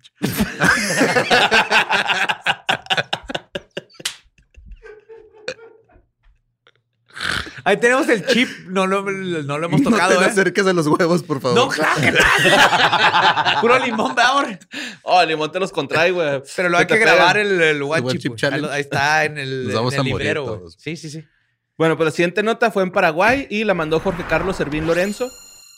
S1: Ahí tenemos el chip. No lo, no lo hemos tocado,
S3: no te le
S1: ¿eh?
S3: acerques a los huevos, por favor.
S1: No, claro que no. Puro limón, Baur.
S2: Oh, el limón te los contrae, güey.
S1: Pero lo hay
S2: Se te
S1: que grabar
S2: pegan.
S1: el, el One
S3: One
S1: Chip,
S3: Chip
S1: güey.
S3: Challenge.
S1: Ahí está en el,
S3: Nos vamos
S1: en el
S3: a morir
S1: librero, güey.
S3: todos.
S1: Sí, sí, sí.
S2: Bueno, pues la siguiente nota fue en Paraguay y la mandó Jorge Carlos Servín Lorenzo.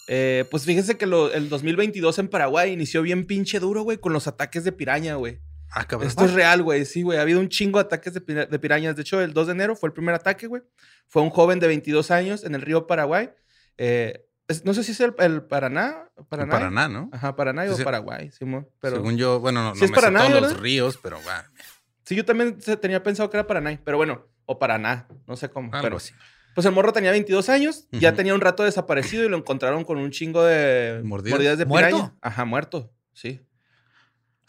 S2: Eh, pues fíjense que lo- el 2022 en Paraguay inició bien pinche duro, güey, con los ataques de piraña, güey.
S3: Ah, cabrón.
S2: Esto es real, güey. Sí, güey. Ha habido un chingo de ataques de, pira- de pirañas. De hecho, el 2 de enero fue el primer ataque, güey. Fue un joven de 22 años en el río Paraguay. Eh, es- no sé si es el, el Paraná. Paraná.
S3: Paraná, ¿no?
S2: Ajá, Paraná
S3: Sí,
S2: o
S3: sí.
S2: Paraguay, Simón. Ah, Pero
S3: Según yo, bueno, no,
S2: Sí
S3: no
S2: es
S3: me sé
S2: Paraná,
S3: todos
S2: ¿verdad?
S3: los ríos, pero bueno,
S2: sí, yo también se- tenía pensado que era Paraná, pero bueno, o Paraná, no sé cómo.
S3: algo
S2: pero
S3: así.
S2: Pues el morro tenía 22 años, ya
S3: Ujú.
S2: tenía un rato desaparecido y lo encontraron con un chingo de
S3: Mordidas.
S2: mordidas, de
S1: ¿Muerto?
S2: piraña. Ajá, muerto. Sí.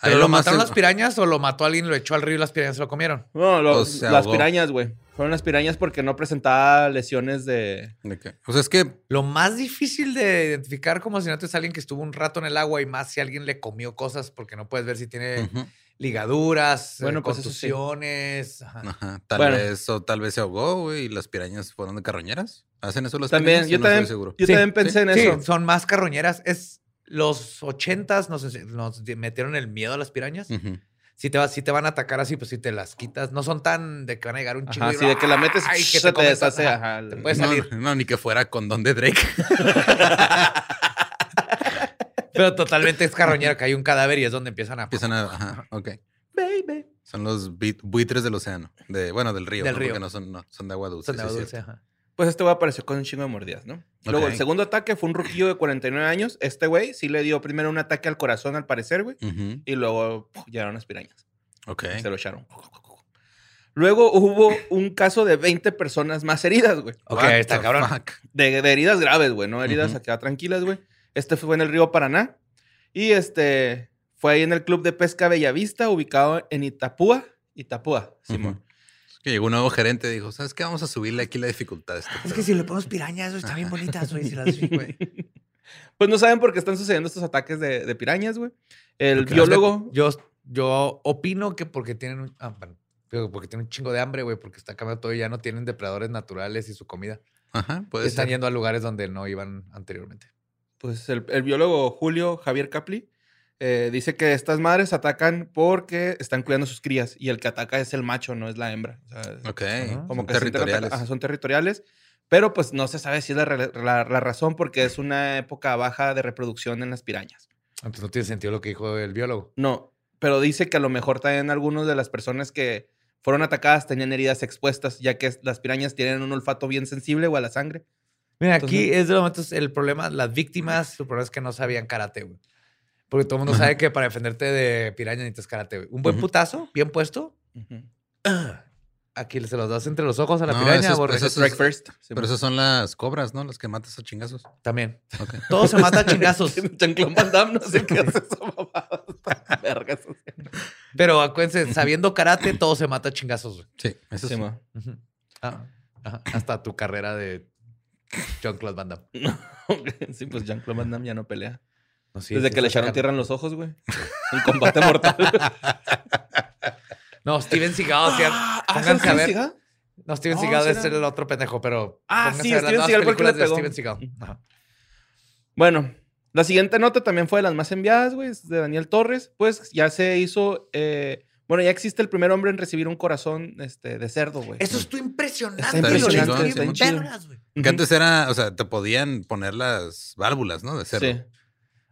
S3: Ahí
S1: Pero lo,
S3: más
S1: mataron
S3: seguro-
S1: las pirañas o lo mató alguien, lo echó al río y las pirañas se lo comieron.
S2: No, lo-
S3: O sea,
S2: las
S3: ahogó.
S2: pirañas, güey. Fueron las pirañas porque no presentaba lesiones de.
S3: ¿De qué? O sea, es que
S1: Lo más difícil de identificar como si no te es alguien que estuvo un rato en el agua y más si alguien le comió cosas porque no puedes ver si tiene
S3: ujú,
S1: ligaduras, bueno,
S2: Bueno, pues eso sí.
S1: contusiones. ajá.
S3: ajá, tal
S2: Bueno.
S3: vez o tal vez se ahogó, güey, y las pirañas fueron de carroñeras. ¿Hacen eso las
S2: También,
S3: pirañas?
S2: yo
S3: no
S2: también,
S3: estoy seguro.
S2: yo
S1: Sí,
S2: también pensé en
S1: Sí,
S2: eso.
S1: son más carroñeras. Es los ochentas nos, ense- nos di- metieron el miedo a las pirañas.
S3: Ujú.
S1: Si te, vas, si te van a atacar así, pues si te las quitas. No son tan de que van a llegar un
S2: Ajá,
S1: chico
S2: sí, de que la metes, se te deshace, ajá, el-
S1: Te puedes
S3: no,
S1: salir.
S3: No, ni que fuera condón de Drake.
S1: Pero totalmente es carroñera, que hay un cadáver y es donde empiezan a...
S3: Empiezan a. Ajá, ok.
S2: Baby.
S3: Son los bit- buitres del océano. De, bueno, del río.
S1: Del
S3: ¿no?
S1: río.
S3: Porque no son, no, son de agua dulce.
S1: son de
S3: sí, es
S1: dulce,
S3: cierto.
S1: ajá.
S2: Pues este güey apareció con un chingo de mordidas, ¿no? Luego,
S3: Ok.
S2: el segundo ataque fue un ruquillo de 49 años. Este güey sí le dio primero un ataque al corazón, al parecer, güey.
S3: Ujú,
S2: Y luego puf, llegaron las pirañas.
S3: Ok.
S2: y Se lo echaron. Luego hubo un caso de 20 personas más heridas, güey.
S1: Ok,
S3: What
S1: está
S3: the
S1: cabrón.
S3: fuck?
S2: De, de heridas graves, güey, no heridas
S3: Ujú.
S2: acá tranquilas, güey. Este fue en el río Paraná. Y este fue ahí en el club de pesca Bellavista, ubicado en Itapúa. Itapúa, Simón.
S3: Ujú. Es que llegó un nuevo gerente y dijo: ¿Sabes qué? Vamos a subirle aquí la dificultad. a este
S1: Es
S3: pedo".
S1: que si le ponemos pirañas, güey, está bien bonitas, güey. Si las güey.
S2: Pues no saben por qué están sucediendo estos ataques de, de pirañas, güey. El
S3: Porque
S2: biólogo.
S1: Yo, yo opino que porque tienen un. ah, bueno, digo, porque tienen un chingo de hambre, güey, porque está cambiando todo y ya no tienen depredadores naturales y su comida.
S3: Ajá, puede
S1: Están
S3: ser.
S1: yendo a lugares donde no iban anteriormente.
S2: Pues el, el biólogo Julio Javier Capli eh, dice que estas madres atacan porque están cuidando sus crías y el que ataca es el macho, no es la hembra. O sea,
S3: Ok.
S1: Ajá.
S2: como
S3: Como
S2: que se intentan
S3: Ah, territoriales.
S2: atacar- ajá, son territoriales, pero pues no se sabe si es la, re- la- la razón porque es una época baja de reproducción en las pirañas.
S1: Entonces no tiene sentido lo que dijo el biólogo.
S2: No, pero dice que a lo mejor también algunas de las personas que fueron atacadas tenían heridas expuestas, ya que es- las pirañas tienen un olfato bien sensible o a la sangre.
S1: Mira,
S2: Entonces-
S1: aquí es de los momentos el problema, las víctimas, su problema es que no sabían karate, güey. Porque todo el mundo sabe que para defenderte de piraña necesitas karate, güey. Un buen
S3: Ujú.
S1: putazo, bien puesto. Aquí se los das entre los ojos a la
S3: No,
S1: piraña,
S3: eso es-
S1: borre.
S3: eso es-
S2: Strike first.
S3: Pero esas son las cobras, ¿no? Las que matas a chingazos.
S1: También.
S3: Ok.
S1: Todo se mata a chingazos.
S2: Jean-Claude Van Damme, no sé qué hace esa mamada. Está verga eso.
S1: Pero acuérdense, sabiendo karate, todo se mata a chingazos, güey.
S3: Sí, eso sí.
S1: Ujú. Ah, ajá. Hasta tu carrera de Jean-Claude Van Damme.
S2: Sí, pues Jean-Claude Van Damme ya no pelea.
S1: No, sí,
S2: Desde
S1: sí
S2: que le
S1: estás
S2: echaron
S1: car-
S2: tierra en los ojos, güey. Un combate mortal.
S1: No, Steven
S2: Ah,
S1: Seagal. sí, pónganse a ver. No, Steven
S2: No,
S1: Seagal
S2: sí
S1: es
S2: era-
S1: el otro pendejo, pero.
S2: Oh, Ah,
S1: pónganse
S2: sí,
S1: a ver las
S2: Steven
S1: nuevas
S2: Seagal, ¿por qué le
S1: películas de
S2: pegó?
S1: Steven Seagal. Ajá.
S2: Bueno, la siguiente nota también fue de las más enviadas, güey, es de Daniel Torres. Pues ya se hizo. eh, bueno, ya existe el primer hombre en recibir un corazón este, de cerdo, güey.
S1: Eso estuvo impresionante.
S2: Está
S3: impresionante,
S1: Lorenzo,
S3: está
S1: bien
S2: chido.
S1: vergas, güey.
S2: Ujú.
S3: Que antes era, o sea, te podían poner las válvulas, ¿no? De cerdo.
S2: Sí.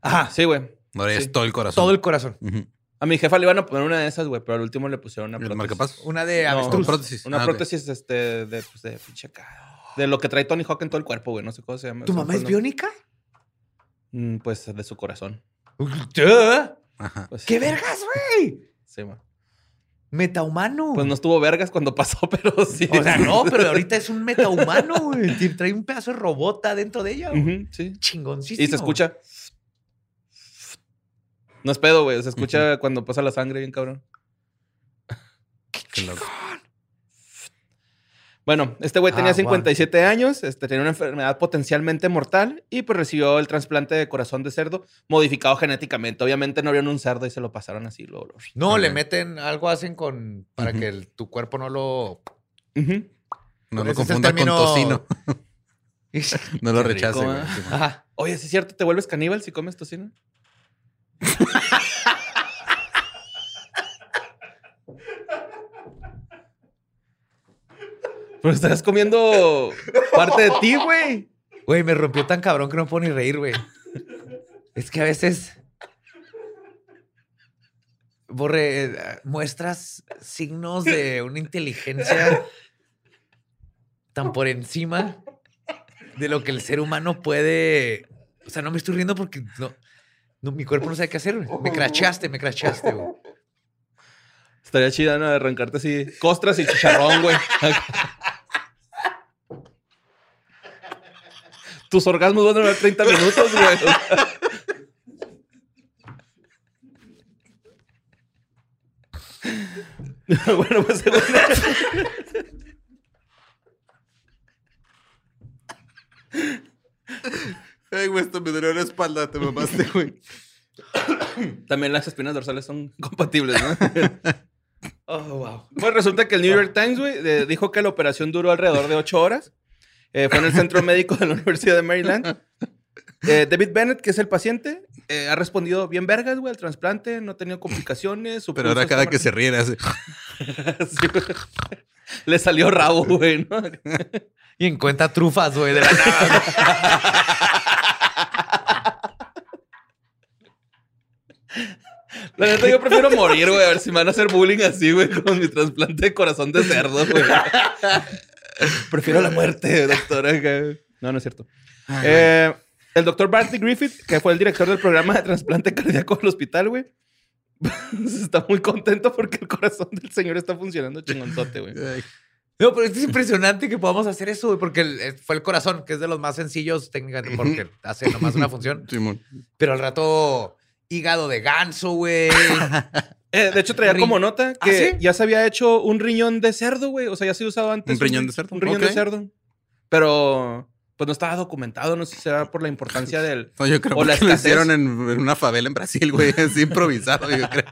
S2: Ah,
S1: Ajá.
S2: Sí, güey.
S3: No es
S2: Sí.
S3: todo el corazón.
S1: Todo el corazón.
S3: Ujú.
S2: A mi jefa le iban a poner una de esas, güey, pero al último le pusieron una
S3: ¿El
S2: prótesis.
S3: marcapasos?
S1: Una de
S2: No,
S1: avestruz.
S2: una
S3: prótesis.
S2: Eh, Una
S3: Ah, ok.
S2: prótesis este, de, pues, de pinche acá. De lo que trae Tony Hawk en todo el cuerpo, güey. No sé cómo se llama.
S1: ¿Tu
S2: Son
S1: mamá es
S2: cosas-
S1: biónica?
S2: Mm, Pues de su corazón.
S1: Duh.
S3: Ajá.
S2: Pues,
S1: ¡Qué vergas, güey!
S2: Sí, güey.
S1: Metahumano.
S2: Pues no estuvo vergas cuando pasó, pero sí.
S1: O sea, no, pero ahorita es un metahumano, güey. Te- Trae un pedazo de robota dentro de ella, güey.
S2: Ujú, sí.
S1: Chingoncísimo.
S2: Y se escucha. No es pedo, güey. Se escucha cuando pasa la sangre bien cabrón.
S3: Qué loco.
S2: Bueno, este güey tenía
S1: Ah, wow.
S2: 57 años, este, tenía una enfermedad potencialmente mortal y pues recibió el trasplante de corazón de cerdo modificado genéticamente. Obviamente no vieron un cerdo y se lo pasaron así. Lo, Ah.
S1: No, le
S3: Ok.
S1: meten algo hacen con para
S3: Ujú.
S1: que el- tu cuerpo no lo
S2: Ujú.
S3: No
S1: Ese
S3: lo
S1: es el
S3: confunda
S1: término-
S3: con tocino. No lo
S2: Qué
S3: rechace,
S2: rico,
S3: güey.
S2: ¿eh?
S3: Simón.
S1: Ajá.
S2: Oye, ¿sí es cierto? ¿Te vuelves caníbal si comes tocino? Pero estarás comiendo parte de ti, güey.
S1: Güey, me rompió tan cabrón que no puedo ni reír, güey. Es que a veces borre eh, muestras signos de una inteligencia tan por encima de lo que el ser humano puede. O sea, no me estoy riendo porque no, no, mi cuerpo no sabe qué hacer. güey. Me crachaste, me crachaste, güey.
S2: Estaría chida, ¿no? Arrancarte así costras y chicharrón, güey. Tus orgasmos van a durar 30 minutos, güey. bueno, pues según-
S5: Ay, güey, esto me dolió la espalda, te mamaste, güey.
S2: también las espinas dorsales son compatibles, ¿no? oh, wow. Pues resulta que el New York Times, güey, de- dijo que la operación duró alrededor de 8 horas. Eh, fue en el centro médico de la Universidad de Maryland. Eh, David Bennett, que es el paciente, eh, ha respondido bien vergas, güey, al trasplante, no ha tenido complicaciones. su
S3: Pero
S2: pulso
S3: ahora
S2: está
S3: cada que
S2: mar-
S3: se ríe, le hace.
S2: Sí, güey. Le salió rabo, güey, ¿no?
S1: Y encuentra trufas, güey, de la nada.
S2: La neta, yo prefiero morir, güey, a ver si me van a hacer bullying así, güey, con mi trasplante de corazón de cerdo, güey. Prefiero la muerte, doctora. güey. No, no es cierto. Eh, el doctor Barty Griffith, que fue el director del programa de trasplante cardíaco del hospital, güey, está muy contento porque el corazón del señor está funcionando chingonzote, güey.
S3: Ay,
S1: No, pero es impresionante que podamos hacer eso, güey, porque el- eh, fue el corazón, que es de los más sencillos técnicamente, porque hace nomás una función.
S3: Simón.
S1: Pero al rato, hígado de ganso, güey.
S2: Eh, de hecho, traía
S1: Ri-
S2: como nota que
S1: ¿Ah, sí?
S2: ya se había hecho un riñón de cerdo, güey. O sea, ya se había usado antes.
S3: ¿Un riñón de cerdo?
S2: Un riñón
S3: Ok.
S2: de cerdo. Pero, pues no estaba documentado. No sé si será por la importancia del.
S3: No, yo creo
S2: O la
S3: que lo
S2: escasez.
S3: hicieron en, en una favela en Brasil, güey. Así improvisado, yo creo.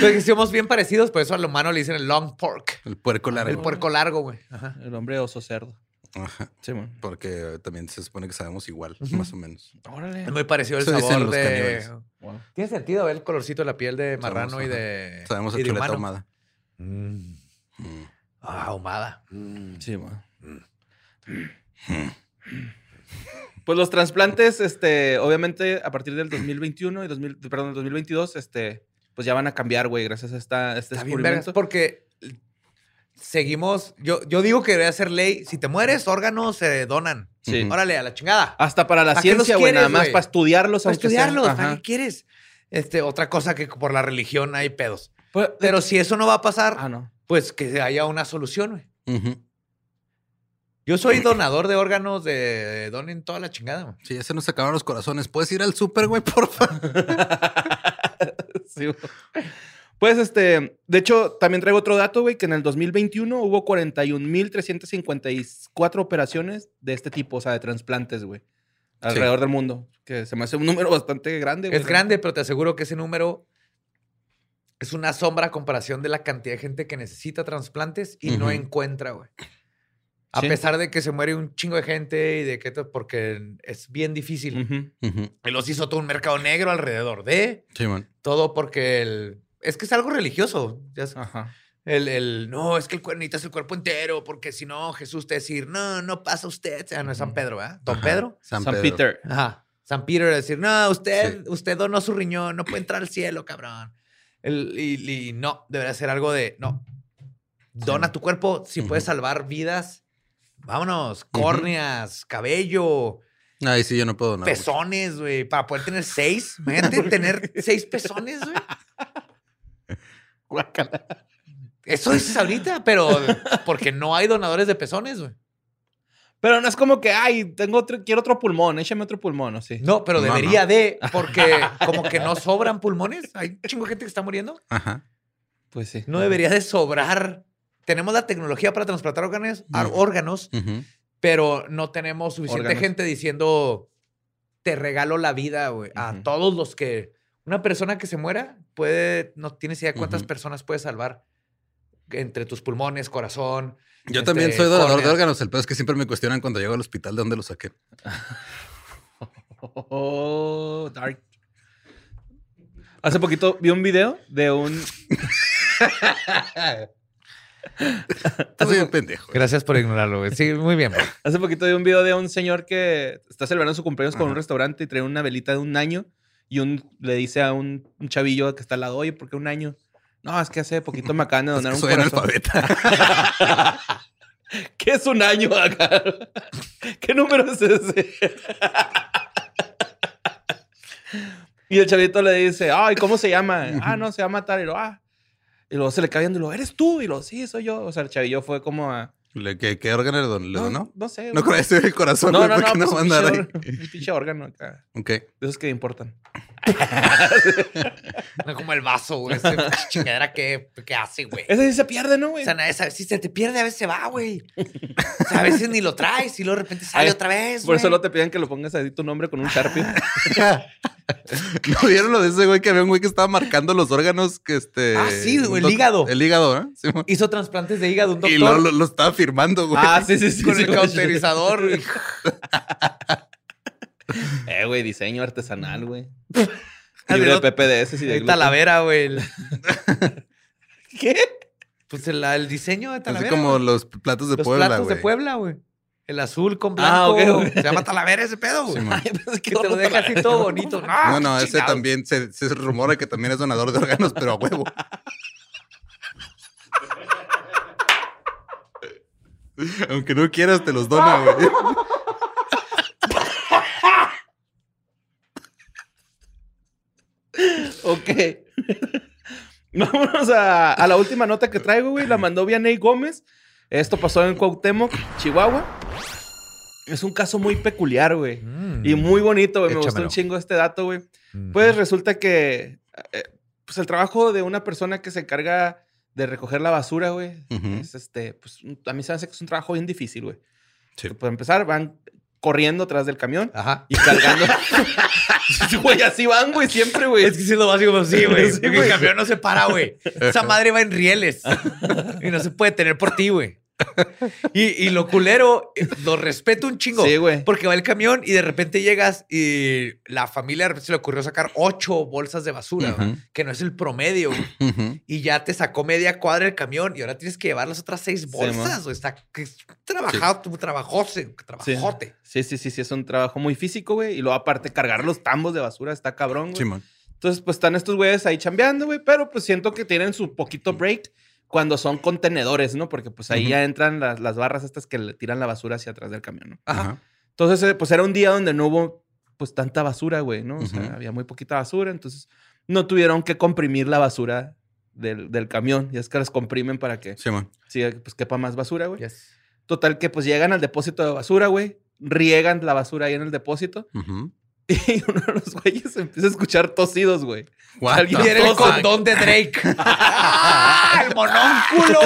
S1: Porque somos bien parecidos, por eso al humano le dicen el long pork.
S3: El puerco largo.
S1: El puerco largo, güey. Ajá.
S2: El hombre oso cerdo.
S3: Ajá.
S2: Sí, man.
S3: Porque eh, también se supone que sabemos igual, más o menos.
S2: Órale.
S1: Es muy parecido el
S3: Eso dicen
S1: sabor
S3: los
S1: de...
S3: caníbales.
S2: Wow.
S1: Tiene sentido ver el colorcito de la piel de marrano
S3: Sabemos,
S1: y
S3: ajá.
S1: de...
S3: Sabemos
S1: y
S3: el
S1: de
S3: chuleta
S1: humano.
S3: ahumada.
S1: Mm. Ah, ahumada.
S2: Sí, man. Pues los trasplantes, este, obviamente, a partir del 2021 y 2000, perdón, del 2022, este, pues ya van a cambiar, güey, gracias a esta, este
S1: Está bien vergas,
S2: descubrimiento.
S1: porque seguimos... Yo, yo digo que debería ser ley. Si te mueres, órganos se donan.
S2: Sí.
S1: Órale, a la chingada.
S3: Ah,
S2: Hasta para la
S1: ¿Para qué los
S2: ciencia, güey, nada
S1: quieres,
S2: más
S1: güey?
S2: para
S3: pues,
S2: estudiarlos.
S1: para
S2: aunque sea.
S1: estudiarlos. ¿Para
S2: Ajá.
S1: qué quieres? Este, otra cosa que por la religión hay pedos.
S2: Pues,
S1: Pero si eso no va a pasar,
S2: ah, no.
S1: pues que haya una solución, güey.
S3: Ujú.
S1: Yo soy donador de órganos de donen toda la chingada, güey.
S3: Sí, ya se nos acabaron los corazones. ¿Puedes ir al súper, güey, por favor?
S2: Sí, güey. Pues este, de hecho, también traigo otro dato, güey, que en el 2021 hubo 41.354 operaciones de este tipo, o sea, de trasplantes, güey, alrededor del mundo, que se me hace un número bastante grande, güey.
S1: Es grande, pero te aseguro que ese número es una sombra a comparación de la cantidad de gente que necesita trasplantes y no
S3: Ujú.
S1: encuentra, güey. A
S2: Sí.
S1: pesar de que se muere un chingo de gente y de que... to- Porque es bien difícil.
S2: Ujú.
S3: Ujú.
S1: Y los hizo todo un mercado negro alrededor de...
S3: Sí, man.
S1: Todo porque el... Es que es algo religioso. ya es-
S2: Ajá.
S1: El, el, no, es que el cuer- necesitas el cuerpo entero, porque si no, Jesús te va a decir, no, no pasa usted. Ah, no es San Pedro, ¿verdad? ¿Don
S3: Ajá.
S1: Pedro?
S3: San,
S2: San
S3: Pedro.
S2: Peter.
S1: Ajá. San Pedro va a decir, no, usted, usted donó su riñón, no puede entrar al cielo, cabrón. El, y, y no, debería ser algo de, no, dona tu cuerpo, si puedes salvar vidas, vámonos, córneas, cabello,
S3: Ay, sí, yo no puedo donar. güey.
S1: pezones, güey, para poder tener seis. Imagínate tener seis pezones, güey. Eso dices ahorita, pero porque no hay donadores de pezones, güey.
S2: Pero no es como que, ay, tengo otro, quiero otro pulmón, échame otro pulmón, ¿o sí?
S1: No, pero
S3: No,
S1: debería de, porque como que no sobran pulmones. Hay un chingo de gente que está muriendo.
S3: Ajá.
S2: Pues sí.
S1: No debería de sobrar. Tenemos la tecnología para transplantar órganos, ar- órganos
S3: Ujú.
S1: pero no tenemos suficiente
S2: Órganos.
S1: gente diciendo te regalo la vida, güey. A
S2: Ujú.
S1: todos los que una persona que se muera puede, no tienes idea cuántas
S3: Ujú.
S1: personas puedes salvar entre tus pulmones, corazón.
S3: Yo
S1: este,
S3: también soy donador de
S1: córneas.
S3: órganos. El peor es que siempre me cuestionan cuando llego al hospital de dónde lo saqué.
S2: Oh, dark. Hace poquito vi un video de un.
S3: Soy un pendejo.
S1: Gracias por ignorarlo, güey. Sí, muy bien.
S2: Hace poquito vi un video de un señor que está celebrando su cumpleaños con
S1: Ajá.
S2: un restaurante y trae una velita de un año y un, le dice a un, un chavillo que está al lado, oye, ¿por qué un año? No, es que hace poquito me acaban de donar
S3: Es que
S2: un
S3: soy
S2: corazón.
S3: analfabeta.
S2: ¿Qué es un año acá? ¿Qué número es ese? y el chavito le dice, ay, ¿cómo se llama? ah, no, se va a matar. Y lo, ah. Y luego se le cae viendo y lo, ¿eres tú? Y lo, sí, soy yo. O sea, el chavillo fue como a...
S3: ¿Le- ¿Qué, qué órgano le don- le donó?
S2: No sé.
S3: No creo que sea el corazón.
S2: No,
S3: güey,
S2: no, no,
S3: porque
S2: pues
S3: va a
S2: un,
S3: andar
S2: pinche,
S3: ahí.
S2: or- un pinche órgano acá.
S3: Ok.
S2: De esos que importan.
S1: No como el vaso, güey. Ese chingadera que, que hace, güey.
S2: Ese sí se pierde, ¿no, güey?
S1: O sea, nadie sabe. Si se te pierde, a veces se va, güey. O sea, a veces ni lo traes y luego de repente sale
S2: Ay,
S1: otra vez.
S2: Por eso
S1: güey.
S2: no te piden que lo pongas ahí tu nombre con un Sharpie.
S3: ¿No vieron lo de ese güey que había un güey que estaba marcando los órganos que este.
S1: Ah, sí, güey, el
S3: doc-
S1: hígado.
S3: El hígado, ¿eh? Sí, mo-
S1: Hizo trasplantes de hígado un doctor.
S3: y lo, lo, lo estaba firmando, güey.
S2: ah, sí, sí, sí.
S1: con
S2: sí,
S1: el
S2: güey.
S1: cauterizador. güey.
S2: Eh, güey, diseño artesanal, güey.
S1: Ah,
S2: Libre de
S1: del otro-
S2: PPDS y de
S1: El
S2: gluten.
S1: Talavera, güey. el-
S2: ¿Qué?
S1: Pues el, el diseño de Talavera.
S3: Así como
S1: güey.
S3: los platos de
S1: los
S3: Puebla,
S1: platos de
S3: güey.
S1: Puebla, güey. El azul con blanco.
S2: Ah, ok, ok.
S1: Se llama Talavera ese pedo, güey.
S3: Sí, mo.
S2: Ay, pues, ¿qué
S1: que te lo
S2: otro
S1: deja así
S2: Talavera?
S1: todo Ah, bonito.
S3: No, no, ese
S1: chingados.
S3: también se, se rumora que también es donador de órganos, pero a huevo. Aunque no quieras, te los dona, güey.
S2: Ok. Vámonos a, a la última nota que traigo, güey. La mandó Vianey Gómez. Esto pasó en Cuauhtémoc, Chihuahua. Es un caso muy peculiar, güey.
S1: Mm.
S2: Y muy bonito, güey. Me gustó
S1: Échamelo.
S2: un chingo este dato, güey.
S1: Mm.
S2: Pues resulta que eh, pues el trabajo de una persona que se encarga de recoger la basura, güey,
S3: Ujú.
S2: es este, pues un- a mí se me hace que es un trabajo bien difícil, güey.
S3: Sí.
S2: Para empezar, van corriendo atrás del camión
S1: Ajá.
S2: y cargando. Güey, así van, güey, siempre, güey.
S1: Es que sí lo básico, pues sí, güey.
S2: Sí,
S1: Porque
S2: güey.
S1: el camión no se para, güey. Esa madre va en rieles. Y no se puede tener por ti, güey. Y, y lo culero, eh, lo respeto un chingo.
S2: Sí, güey.
S1: Porque va el camión y de repente llegas y la familia de repente se le ocurrió sacar ocho bolsas de basura,
S3: Ujú.
S1: güey, que no es el promedio. güey.
S3: Ujú.
S1: Y ya te sacó media cuadra el camión y ahora tienes que llevar las otras seis bolsas. güey. Está que es trabajado, tu trabajose, trabajote.
S2: Sí, sí, sí, sí, es un trabajo muy físico, güey. Y luego aparte cargar los tambos de basura está cabrón, güey.
S3: Simón.
S2: Entonces, pues están estos güeyes ahí chambeando, güey, pero pues siento que tienen su poquito break cuando son contenedores, ¿no? Porque pues ahí
S3: Ujú.
S2: ya entran las, las barras estas que le tiran la basura hacia atrás del camión, ¿no?
S3: Ajá.
S2: Entonces, eh, pues era un día donde no hubo pues tanta basura, güey, ¿no? O
S3: Ujú.
S2: sea, había muy poquita basura, entonces no tuvieron que comprimir la basura del, del camión. Y es que las comprimen para que
S3: Simón.
S2: siga, pues quepa más basura, güey.
S1: Yes.
S2: Total que pues llegan al depósito de basura, güey. Riegan la basura ahí en el depósito.
S3: Ujú.
S2: Y uno de los güeyes empieza a escuchar tosidos, güey.
S3: What
S2: Alguien
S3: the
S1: Y era el
S3: fuck?
S1: condón de Drake. ¡Ah, ¡El monónculo!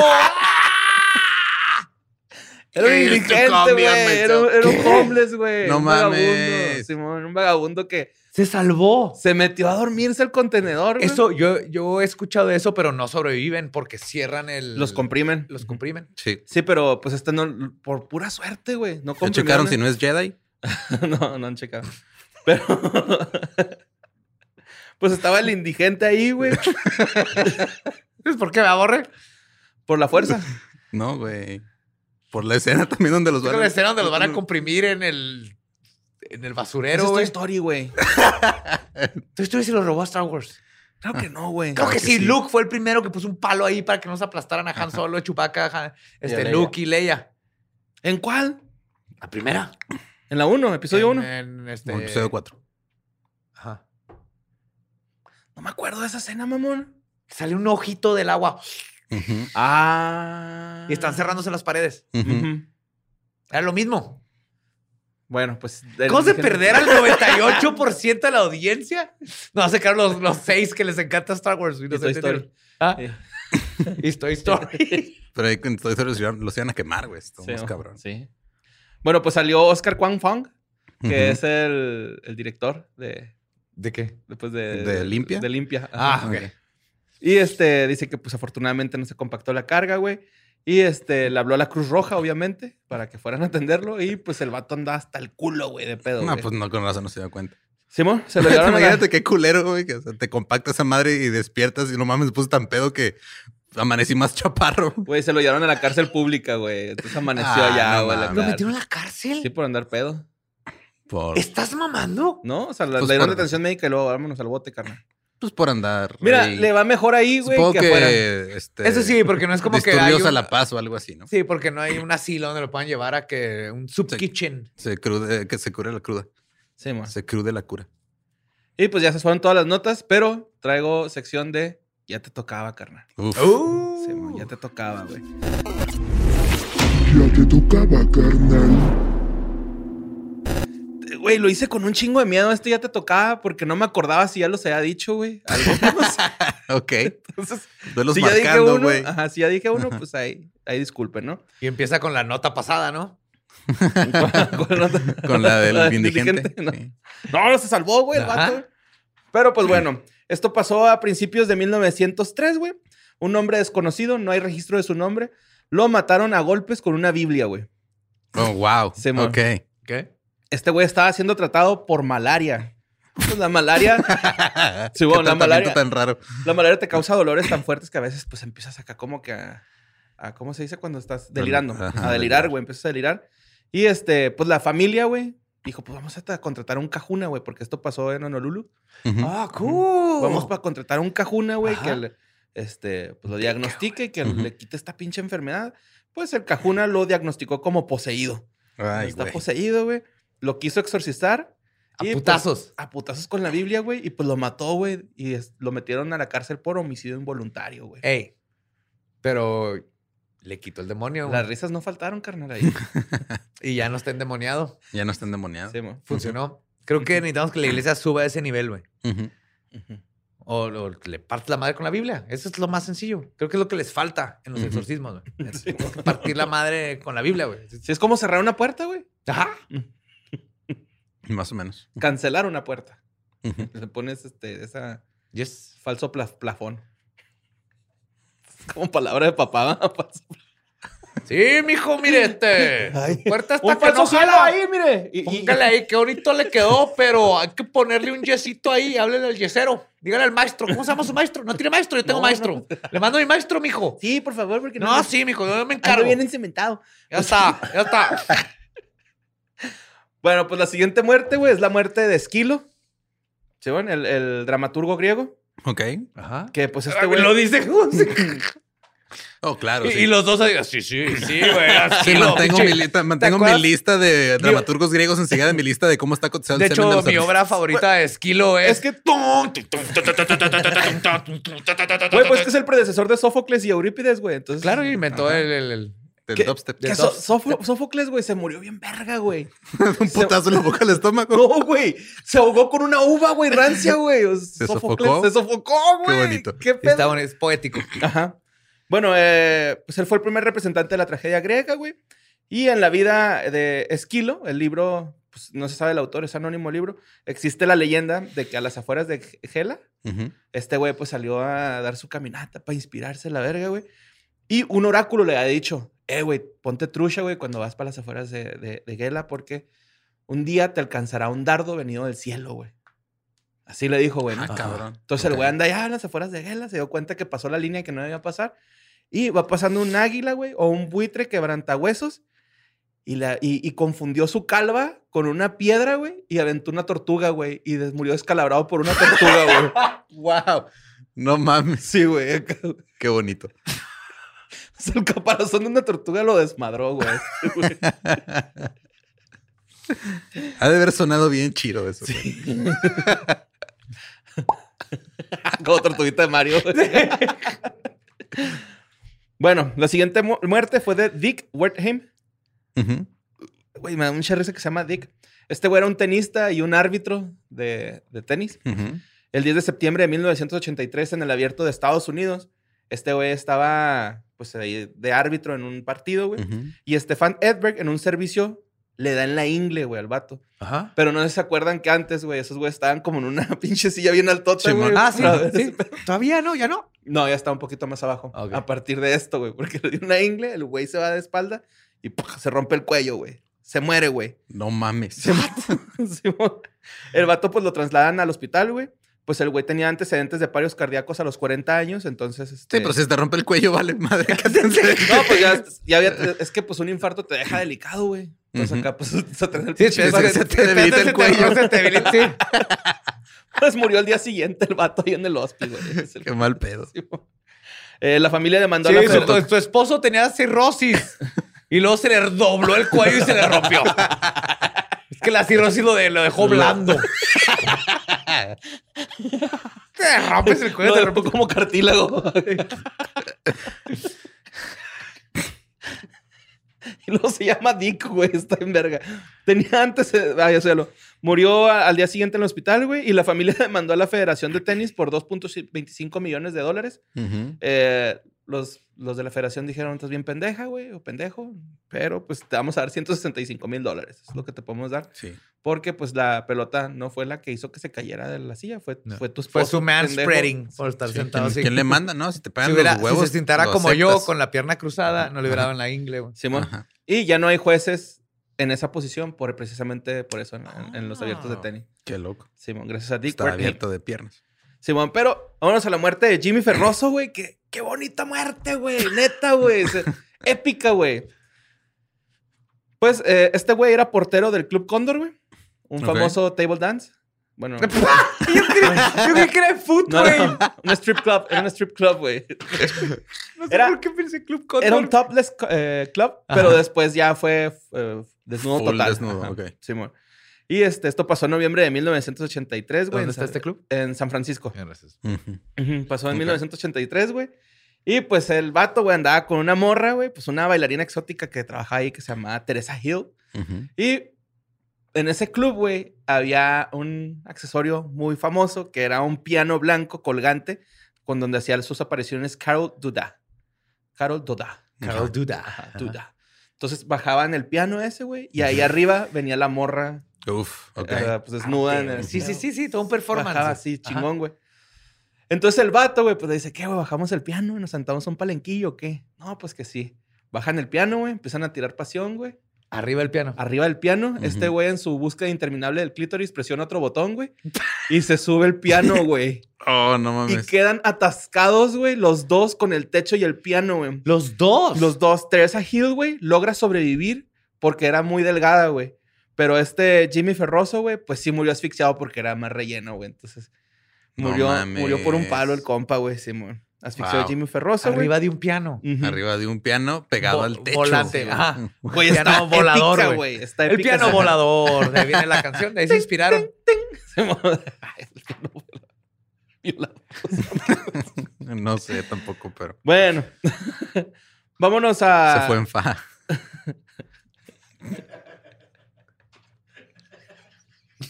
S2: Era un
S3: Hey, to
S2: indigente,
S3: come
S2: güey.
S3: and
S2: Era, un- era un
S3: ¿Qué?
S2: homeless, güey.
S3: No
S2: un Vagabundo,
S3: mames.
S2: Simón, un vagabundo que
S1: Se salvó.
S2: se metió a dormirse al contenedor, güey.
S1: Eso, yo, yo he escuchado eso, pero no sobreviven porque cierran el.
S2: Los comprimen.
S1: Los comprimen.
S3: Sí.
S2: Sí, pero pues este no, por pura suerte, güey. No
S3: ¿Ya
S2: comprimieron
S3: checaron si no es Jedi?
S2: no, no han checado. Pero. pues estaba el indigente ahí, güey.
S1: ¿Sabes por qué me aborre?
S2: Por la fuerza.
S3: No, güey. Por la escena también donde los
S1: Creo que
S3: van.
S1: es donde los Pues van a comprimir en el. En el basurero,
S2: Esa
S1: güey.
S2: es tu story, güey.
S1: Tú estuviste y lo robó a Star Wars.
S2: Claro que no, güey.
S1: Creo que,
S3: que
S1: sí.
S3: sí.
S1: Luke fue el primero que puso un palo ahí para que no se aplastaran a Han Solo, Chewbacca, Han- este,
S2: Leia.
S1: Luke y Leia.
S2: ¿En cuál?
S1: La primera.
S2: En la 1, episodio 1.
S1: En este.
S3: No, Episodio 4.
S1: Ajá.
S2: No me acuerdo de esa escena, mamón.
S1: Sale un ojito del agua
S2: Ah.
S1: y están cerrándose las paredes.
S2: Ujú.
S1: Era lo mismo.
S2: Bueno, pues.
S1: ¿Cómo se
S2: indigente-
S1: perder al 98% de la audiencia? No, se quedaron los, los seis que les encanta Star Wars. y no
S2: Y
S1: se
S2: Toy
S1: entendieron.
S2: Story.
S1: Ah,
S2: Eh.
S1: Y Toy Story.
S3: Pero ahí con Toy Story los iban, los iban a quemar, güey. Esto
S2: Sí,
S3: más
S2: ¿no?
S3: cabrón.
S2: Sí. Bueno, pues salió Oscar Kwang Fong, que
S3: Ujú.
S2: es el, el director de,
S1: ¿De qué?
S2: de, pues, de,
S3: ¿De Limpia?
S2: De Limpia.
S1: Ah,
S2: ajá.
S1: ok.
S2: Y este dice que pues afortunadamente no se compactó la carga, güey. Y este le habló a la Cruz Roja, obviamente, para que fueran a atenderlo. Y pues el vato andaba hasta el culo, güey, de pedo.
S3: No,
S2: güey.
S3: pues no, con razón no se dio cuenta.
S2: Simón, se lo llevaron a la-
S3: Imagínate qué culero, güey. que, o sea, te compacta esa madre y despiertas y no mames, me puse tan pedo que amanecí más chaparro.
S2: Güey, se lo llevaron a la cárcel pública, güey. Entonces amaneció
S3: Ah,
S2: allá,
S3: no
S2: güey. la
S3: mames.
S1: ¿Lo
S2: cárcel.
S1: metieron a la cárcel?
S2: Sí, por andar pedo.
S3: Por,
S1: ¿Estás mamando?
S2: ¿No? O sea, la-
S3: Pues,
S2: le dieron
S3: por-
S2: detención médica y luego vámonos al bote, carnal.
S3: pues por andar.
S2: Mira,
S3: ahí.
S2: le va mejor ahí, güey,
S3: Supongo
S2: que,
S3: que,
S2: afuera.
S3: este,
S1: Eso sí, porque no es como que. hay
S3: disturbios
S1: un-
S3: a la paz o algo así, ¿no?
S1: Sí, porque no hay un asilo donde lo puedan llevar a que un
S3: Sí.
S1: subkitchen.
S3: Se crude, que se cure la cruda.
S2: Sí, man.
S3: Se crude la cura.
S2: Y pues ya se fueron todas las notas, pero traigo sección de ya te tocaba, carnal.
S3: Uf.
S1: Uh.
S2: Sí, man, ya te tocaba, güey.
S4: Ya te tocaba, carnal.
S2: Eh, Güey, lo hice con un chingo de miedo. Este ya te tocaba porque no me acordaba si ya los había dicho, güey. Algunos.
S3: Ok.
S2: Entonces,
S3: Duelos
S2: si ya dije
S3: marcando,
S2: uno,
S3: güey.
S2: ajá, si ya dije uno, pues ahí, ahí disculpen, ¿no?
S1: Y empieza con la nota pasada, ¿no?
S2: Con otra-
S3: Con la
S2: la
S3: del
S2: del
S3: indigente.
S2: indigente, no.
S3: Sí.
S2: No, no se salvó, güey, el
S1: Ajá.
S2: vato. Pero pues bueno, esto pasó a principios de 1903, güey. Un hombre desconocido, no hay registro de su nombre. Lo mataron a golpes con una Biblia, güey.
S3: Oh, wow.
S2: Sí, man.
S3: ok.
S1: ¿Qué?
S2: Este güey estaba siendo tratado por malaria. Pues la malaria, Sí, bueno,
S3: Qué
S2: la
S3: tratamiento
S2: malaria-
S3: tan raro.
S2: la malaria te causa dolores tan fuertes que a veces pues empiezas acá como que a, a- ¿cómo se dice cuando estás delirando?
S3: Ajá,
S2: a delirar, güey, empiezas a delirar. Y este, pues la familia, güey, dijo, pues vamos a tra- contratar un cajuna, güey, porque esto pasó en Honolulu.
S3: Ujú.
S1: Ah, cool.
S2: Vamos para contratar un cajuna, güey,
S1: Ajá.
S2: que le- este, pues lo diagnostique y que
S3: Ujú.
S2: le quite esta pinche enfermedad. Pues el cajuna lo diagnosticó como poseído.
S3: Ay,
S2: Está pues.
S3: güey.
S2: poseído, güey. Lo quiso exorcizar.
S1: A
S2: y, pues,
S1: putazos.
S2: a putazos con la Biblia, güey. Y pues lo mató, güey. Y es- lo metieron a la cárcel por homicidio involuntario, güey.
S1: Ey. Pero le quitó el demonio. güey.
S2: Las risas no faltaron, carnal, ahí.
S1: Y ya no está endemoniado.
S3: Ya no está endemoniado.
S2: Sí, mo.
S1: Funcionó. Creo que necesitamos que la iglesia suba a ese nivel, güey.
S3: Ujú.
S2: Ujú.
S1: O, o le partes la madre con la Biblia. Eso es lo más sencillo. Creo que es lo que les falta en los
S3: Ujú.
S1: exorcismos, güey. Tenemos que Partir la madre con la Biblia, güey.
S2: Sí, es como cerrar una puerta, güey.
S1: Ajá.
S3: Más o menos.
S2: Cancelar una puerta.
S3: Ujú.
S2: Le pones este, esa
S1: Yes.
S2: falso pla- plafón. Es como palabra de papá. ¿va? Falso-
S1: Sí, mijo, mire este. Puerta está
S2: Un
S1: que no
S2: falso cielo
S1: jala.
S2: ahí, mire. Y- y-
S1: Póngale ahí, qué bonito le quedó, pero hay que ponerle un yesito ahí. Háblele al yesero. Dígale al maestro. ¿Cómo se llama su maestro? No tiene maestro, yo tengo
S2: No,
S1: maestro. Le mando a mi maestro, mijo.
S2: Sí, por favor, porque
S1: No, sí, mijo, yo me
S2: Ando
S1: encargo.
S2: bien encementado.
S1: Ya está, ya está.
S2: Bueno, pues la siguiente muerte, güey, es la muerte de Esquilo. ¿Sí, bueno? El, el dramaturgo griego.
S3: Ok.
S1: Ajá.
S2: Que pues este
S1: Ay,
S2: güey...
S1: Lo dice
S3: Oh, claro.
S1: Y,
S3: sí.
S1: y los dos ahí, sí, sí, sí, güey.
S3: Sí,
S1: así lo-
S3: mantengo, mi,
S1: pinche-
S3: lista, mantengo mi
S1: acuerdas?
S3: lista de dramaturgos griegos enseguida de mi lista de cómo está cotizado
S1: De
S3: el semen de
S1: hecho,
S3: los
S1: mi
S3: artistas.
S1: obra favorita de Esquilo es.
S2: Es que... Güey, pues que es el predecesor de Sófocles y Eurípides, güey. Entonces...
S1: Claro, inventó
S3: Ajá.
S1: el. el- el-
S3: Del
S2: que-
S3: dubstep.
S2: que
S3: Del
S2: So-
S3: dubstep.
S2: Sofo- Sófocles, güey, se murió bien verga, güey.
S3: Un putazo en la boca al estómago.
S2: No, güey. Se ahogó con una uva, güey, rancia, güey. O-
S3: ¿Se
S2: Sófocles
S3: sofocó?
S2: Se sofocó, güey.
S3: bonito.
S2: Qué pedo.
S1: Está bueno, es poético.
S2: Ajá. Bueno, eh, pues él fue el primer representante de la tragedia griega, güey. Y en la vida de Esquilo, el libro, pues, no se sabe el autor, es anónimo el libro, existe la leyenda de que a las afueras de G- Gela,
S3: Ujú.
S2: este güey pues salió a dar su caminata para inspirarse la verga, güey. Y un oráculo le ha dicho, eh, güey, ponte trucha, güey, cuando vas para las afueras de, de, de Gela, porque un día te alcanzará un dardo venido del cielo, güey. Así le dijo, güey. ¿no?
S3: Ah, cabrón.
S2: Entonces el
S3: Ok.
S2: güey anda allá en las afueras de Gela, se dio cuenta que pasó la línea que no iba a pasar. Y va pasando un águila, güey, o un buitre quebrantahuesos. Y, la, y, y confundió su calva con una piedra, güey, y aventó una tortuga, güey. Y des- murió descalabrado por una tortuga, güey.
S3: Wow. No mames.
S2: Sí, güey. acá, güey.
S3: Qué bonito.
S2: O sea, el caparazón de una tortuga lo desmadró, güey.
S3: Ha de haber sonado bien chido eso. güey.
S2: Como tortuguita de Mario. güey. bueno, la siguiente mu- muerte fue de Dick Wertheim.
S3: Ujú.
S2: Güey, me da mucha risa que se llama Dick. Este güey era un tenista y un árbitro de, de tenis.
S3: Ujú.
S2: El 10 de septiembre de 1983, en el abierto de Estados Unidos, Este güey estaba, pues, ahí de árbitro en un partido,
S1: Pues,
S2: güey.
S3: Ujú.
S2: Y Stefan Edberg en un servicio le da en la ingle, güey, al vato.
S1: Ajá.
S2: Pero no sé si se acuerdan que antes, güey, esos güeyes estaban como en una pinche silla bien altota,
S3: Simón.
S2: güey.
S1: Ah, sí,
S2: Otra vez.
S1: sí. Todavía no, ya no.
S2: No, ya está un poquito más abajo.
S1: Ok.
S2: A partir de esto, güey, porque le dio una ingle, el güey se va de espalda y ¡pah! se rompe el cuello, güey. Se muere, güey.
S3: No mames.
S2: Se mata. Simón. el vato, pues, lo trasladan al hospital, güey. Pues el güey tenía antecedentes de parios cardíacos a los 40 años, entonces... Este...
S3: Sí, pero si te rompe el cuello, vale madre. que te-
S2: No, pues ya, ya había... Es que, pues, un infarto te deja delicado, güey. Entonces
S3: Ujú.
S2: acá, pues, se te,
S3: Sí, pues, se- se te debilita el cuello.
S2: se te debilita, sí. Pues murió el día siguiente el vato ahí en el hospital, güey. Es el-
S3: Qué mal pedo.
S2: Eh, la familia demandó
S1: Sí,
S2: a la
S1: su,
S2: federación.
S1: tu, tu esposo tenía cirrosis y luego se le dobló el cuello y se le rompió. Es que la cirrosis lo, de- lo dejó blando. te rompes Pues, el cuello, te rompes
S2: como cartílago. y luego se llama Dick, güey. Está en verga. Tenía antes... eh, Ay, eso ya lo- Murió a- al día siguiente en el hospital, güey. Y la familia demandó a la Federación de Tenis por 2.25 millones de dólares.
S3: Ujú.
S2: Eh, los, los de la federación dijeron, estás bien pendeja, güey, o pendejo, pero pues te vamos a dar 165 mil dólares, es lo que te podemos dar,
S3: Sí.
S2: porque pues la pelota no fue la que hizo que se cayera de la silla, fue,
S1: No.
S2: fue tu esposo.
S1: Pues Fue su man
S2: pendejo.
S1: spreading por estar
S3: Sí,
S1: sentado
S3: ¿Quién,
S1: así.
S3: quién le manda, no? Si te
S1: si,
S3: pagan
S1: hubiera-
S3: los huevos.
S1: si se sentara
S3: lo
S1: como yo,
S3: aceptas.
S1: con la pierna cruzada, no le hubiera dado en la ingle. güey.
S2: Simón.
S3: Ajá.
S2: Y ya no hay jueces en esa posición por precisamente por eso en, en- en los abiertos de
S1: Ah.
S2: tenis.
S3: Qué loco.
S2: Simón, gracias a Dick.
S3: Está
S2: Courtney.
S3: abierto de piernas.
S2: Simón, pero vámonos a la muerte de Jimmy Ferroso, güey. Qué, qué bonita muerte, güey. Neta, güey. Se- Épica, güey. Pues eh, este güey era portero del Club Cóndor, güey. Un
S3: Ok.
S2: famoso table dance. Bueno,
S1: yo creí, yo creí que era de foot,
S2: no,
S1: güey.
S2: no, un strip club. Era un strip club, güey.
S1: No sé
S2: Era-
S1: por qué pensé Club Condor.
S2: Era un topless eh, club,
S1: Ajá.
S2: pero después ya fue eh, desnudo
S3: Full
S2: total.
S3: desnudo,
S2: Ajá,
S3: ok.
S2: Simón. Y este, esto pasó en noviembre de 1983, güey. en
S1: ¿Dónde está
S2: Sa-
S1: este club?
S2: En San Francisco.
S3: Ujú.
S2: Ujú, Pasó en
S3: Ok.
S2: 1983, güey. Y pues el vato, güey, andaba con una morra, güey, pues una bailarina exótica que trabajaba ahí que se llamaba Teresa Hill.
S3: Ujú.
S2: Y en ese club, güey, había un accesorio muy famoso que era un piano blanco colgante con donde hacía sus apariciones Carol Duda. Carol Duda.
S1: Carol Duda.
S2: Ajá, Duda. Entonces bajaban el piano ese, güey, y ahí arriba venía la morra,
S3: Uf, ok.
S2: eh, pues desnuda. en el-
S1: Sí, sí, sí, sí, todo un performance.
S2: Bajaba así, chingón, güey. Entonces el vato, güey, pues le dice, ¿qué, güey? ¿Bajamos el piano y nos sentamos a un palenquillo o qué? No, pues que sí. Bajan el piano, güey, empiezan a tirar pasión, güey.
S1: Arriba el piano.
S2: Arriba del piano, este
S3: Ujú.
S2: güey en su búsqueda interminable del clítoris presiona otro botón, güey, y se sube el piano, güey.
S3: Oh, no
S2: y
S3: mames.
S2: quedan atascados, güey, los dos con el techo y el piano, güey.
S1: Los dos.
S2: Los dos. Teresa Hill, güey, logra sobrevivir porque era muy delgada, güey. Pero este Jimmy Ferroso, güey, pues sí murió asfixiado porque era más relleno, güey. Entonces,
S3: No
S2: murió,
S3: mames.
S2: murió por un palo el compa, güey, Simón. Asfixió a
S3: Wow.
S2: Jimmy Ferroso, güey.
S1: Arriba de un piano.
S2: Ujú.
S3: Arriba de un piano pegado
S1: Vo-
S3: al techo.
S1: Volante.
S3: Sí,
S1: Ajá.
S2: Güey,
S1: Piano
S2: está
S1: volador,
S2: épica,
S1: güey.
S2: güey. Está
S1: El
S2: épica
S1: piano
S2: esa-
S1: volador. De ahí viene la canción. De ahí se inspiraron.
S2: Simón. Ay, el piano volador. Viola-
S3: No sé tampoco, pero
S2: Bueno. Vámonos
S1: Ah.
S2: a...
S3: se fue en fa.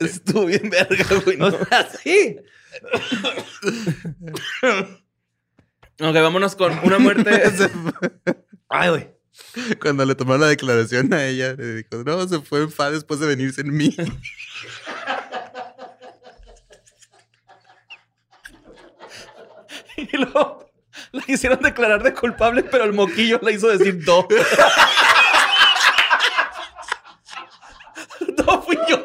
S2: Estuvo bien verga, güey. ¿no?
S1: Sí.
S2: Ok, vámonos con una muerte...
S1: Ay, güey.
S3: Cuando le tomaron la declaración a ella, le dijo, no, se fue en fa después de venirse en mí.
S2: Y luego la quisieron declarar de culpable, pero el moquillo la hizo decir do. No fui yo.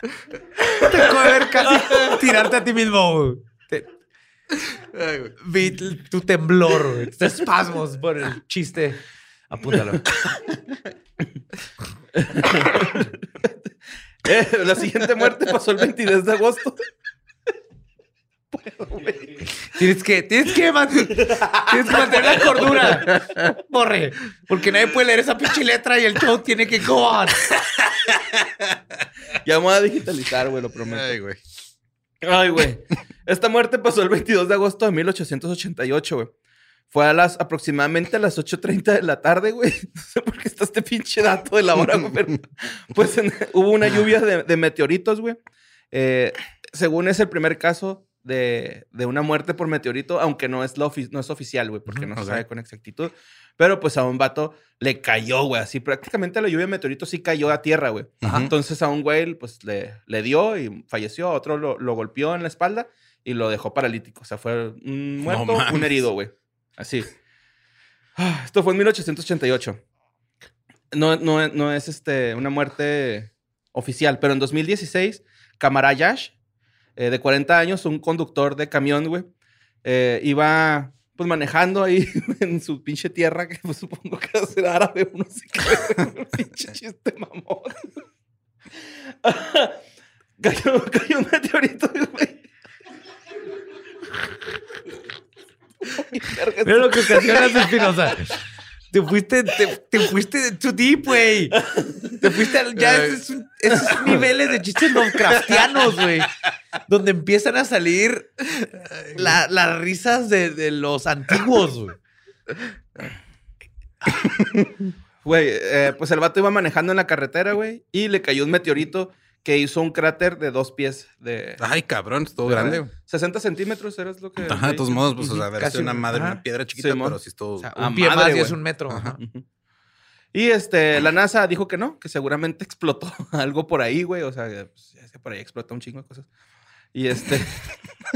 S1: Te coger casi tirarte a ti mismo, güey. Te- Vi l- tu temblor, güey. Tus espasmos por el chiste. Apúntalo.
S2: Eh, la siguiente muerte pasó el 22 de agosto.
S1: Tienes que, tienes que, man- tienes que mantener la cordura. Borre. Porque nadie puede leer esa pinche letra y el show tiene que go on.
S2: Ya me voy a digitalizar, güey, lo prometo.
S3: Ay, güey.
S2: Ay, güey. Esta muerte pasó el 22 de agosto de 1888, güey. Fue a las aproximadamente a las 8.30 de la tarde, güey. No sé por qué está este pinche dato de la hora, güey. pero, pues en- hubo una lluvia de, de meteoritos, güey. Eh, según es el primer caso de, de una muerte por meteorito, aunque no es, la ofi- no es oficial, güey, porque no se
S3: ok.
S2: sabe con exactitud. Pero pues a un vato le cayó, güey. Así prácticamente la lluvia de meteoritos sí cayó a tierra, güey.
S3: Ajá.
S2: Entonces a un güey pues le, le dio y falleció. A otro lo, lo golpeó en la espalda y lo dejó paralítico. O sea, fue un muerto, un
S3: mames.
S2: herido, güey. Así. Ah, Esto fue en 1888. No, no, no es este, una muerte oficial, pero en 2016, Camarayash, eh, de 40 años, un conductor de camión, güey, eh, iba pues manejando ahí en su pinche tierra, que pues, supongo que va a ser árabe, uno se cree, pinche chiste mamón. cayó, cayó un meteorito, güey. Ay, verga,
S1: Mira lo que ocasionas, Espinosa. Te fuiste, te, te fuiste too deep, güey. Te fuiste al, ya esos, son- esos niveles de chistes Lovecraftianos, güey. Donde empiezan a salir la- las risas de, de los antiguos, güey.
S2: Güey, eh, pues el vato iba manejando en la carretera, güey, y le cayó un meteorito que hizo un cráter de dos pies de...
S3: Ay, cabrón, estuvo grande. güey.
S2: 60 centímetros, eras lo que...
S3: Ajá, de todos modos, pues, o sea, haber
S1: Casi
S3: sido una
S1: un-
S3: madre,
S1: ajá.
S3: una piedra chiquita,
S2: Simón.
S3: pero sí estuvo.
S1: O sea,
S2: Ah,
S1: un pie
S2: madre,
S1: más y es
S2: güey.
S1: un metro. Ajá.
S2: Ujú. Y este, la NASA dijo que no, que seguramente explotó algo por ahí, güey. O sea, pues, ya sé, por ahí explotó un chingo de cosas. Y este.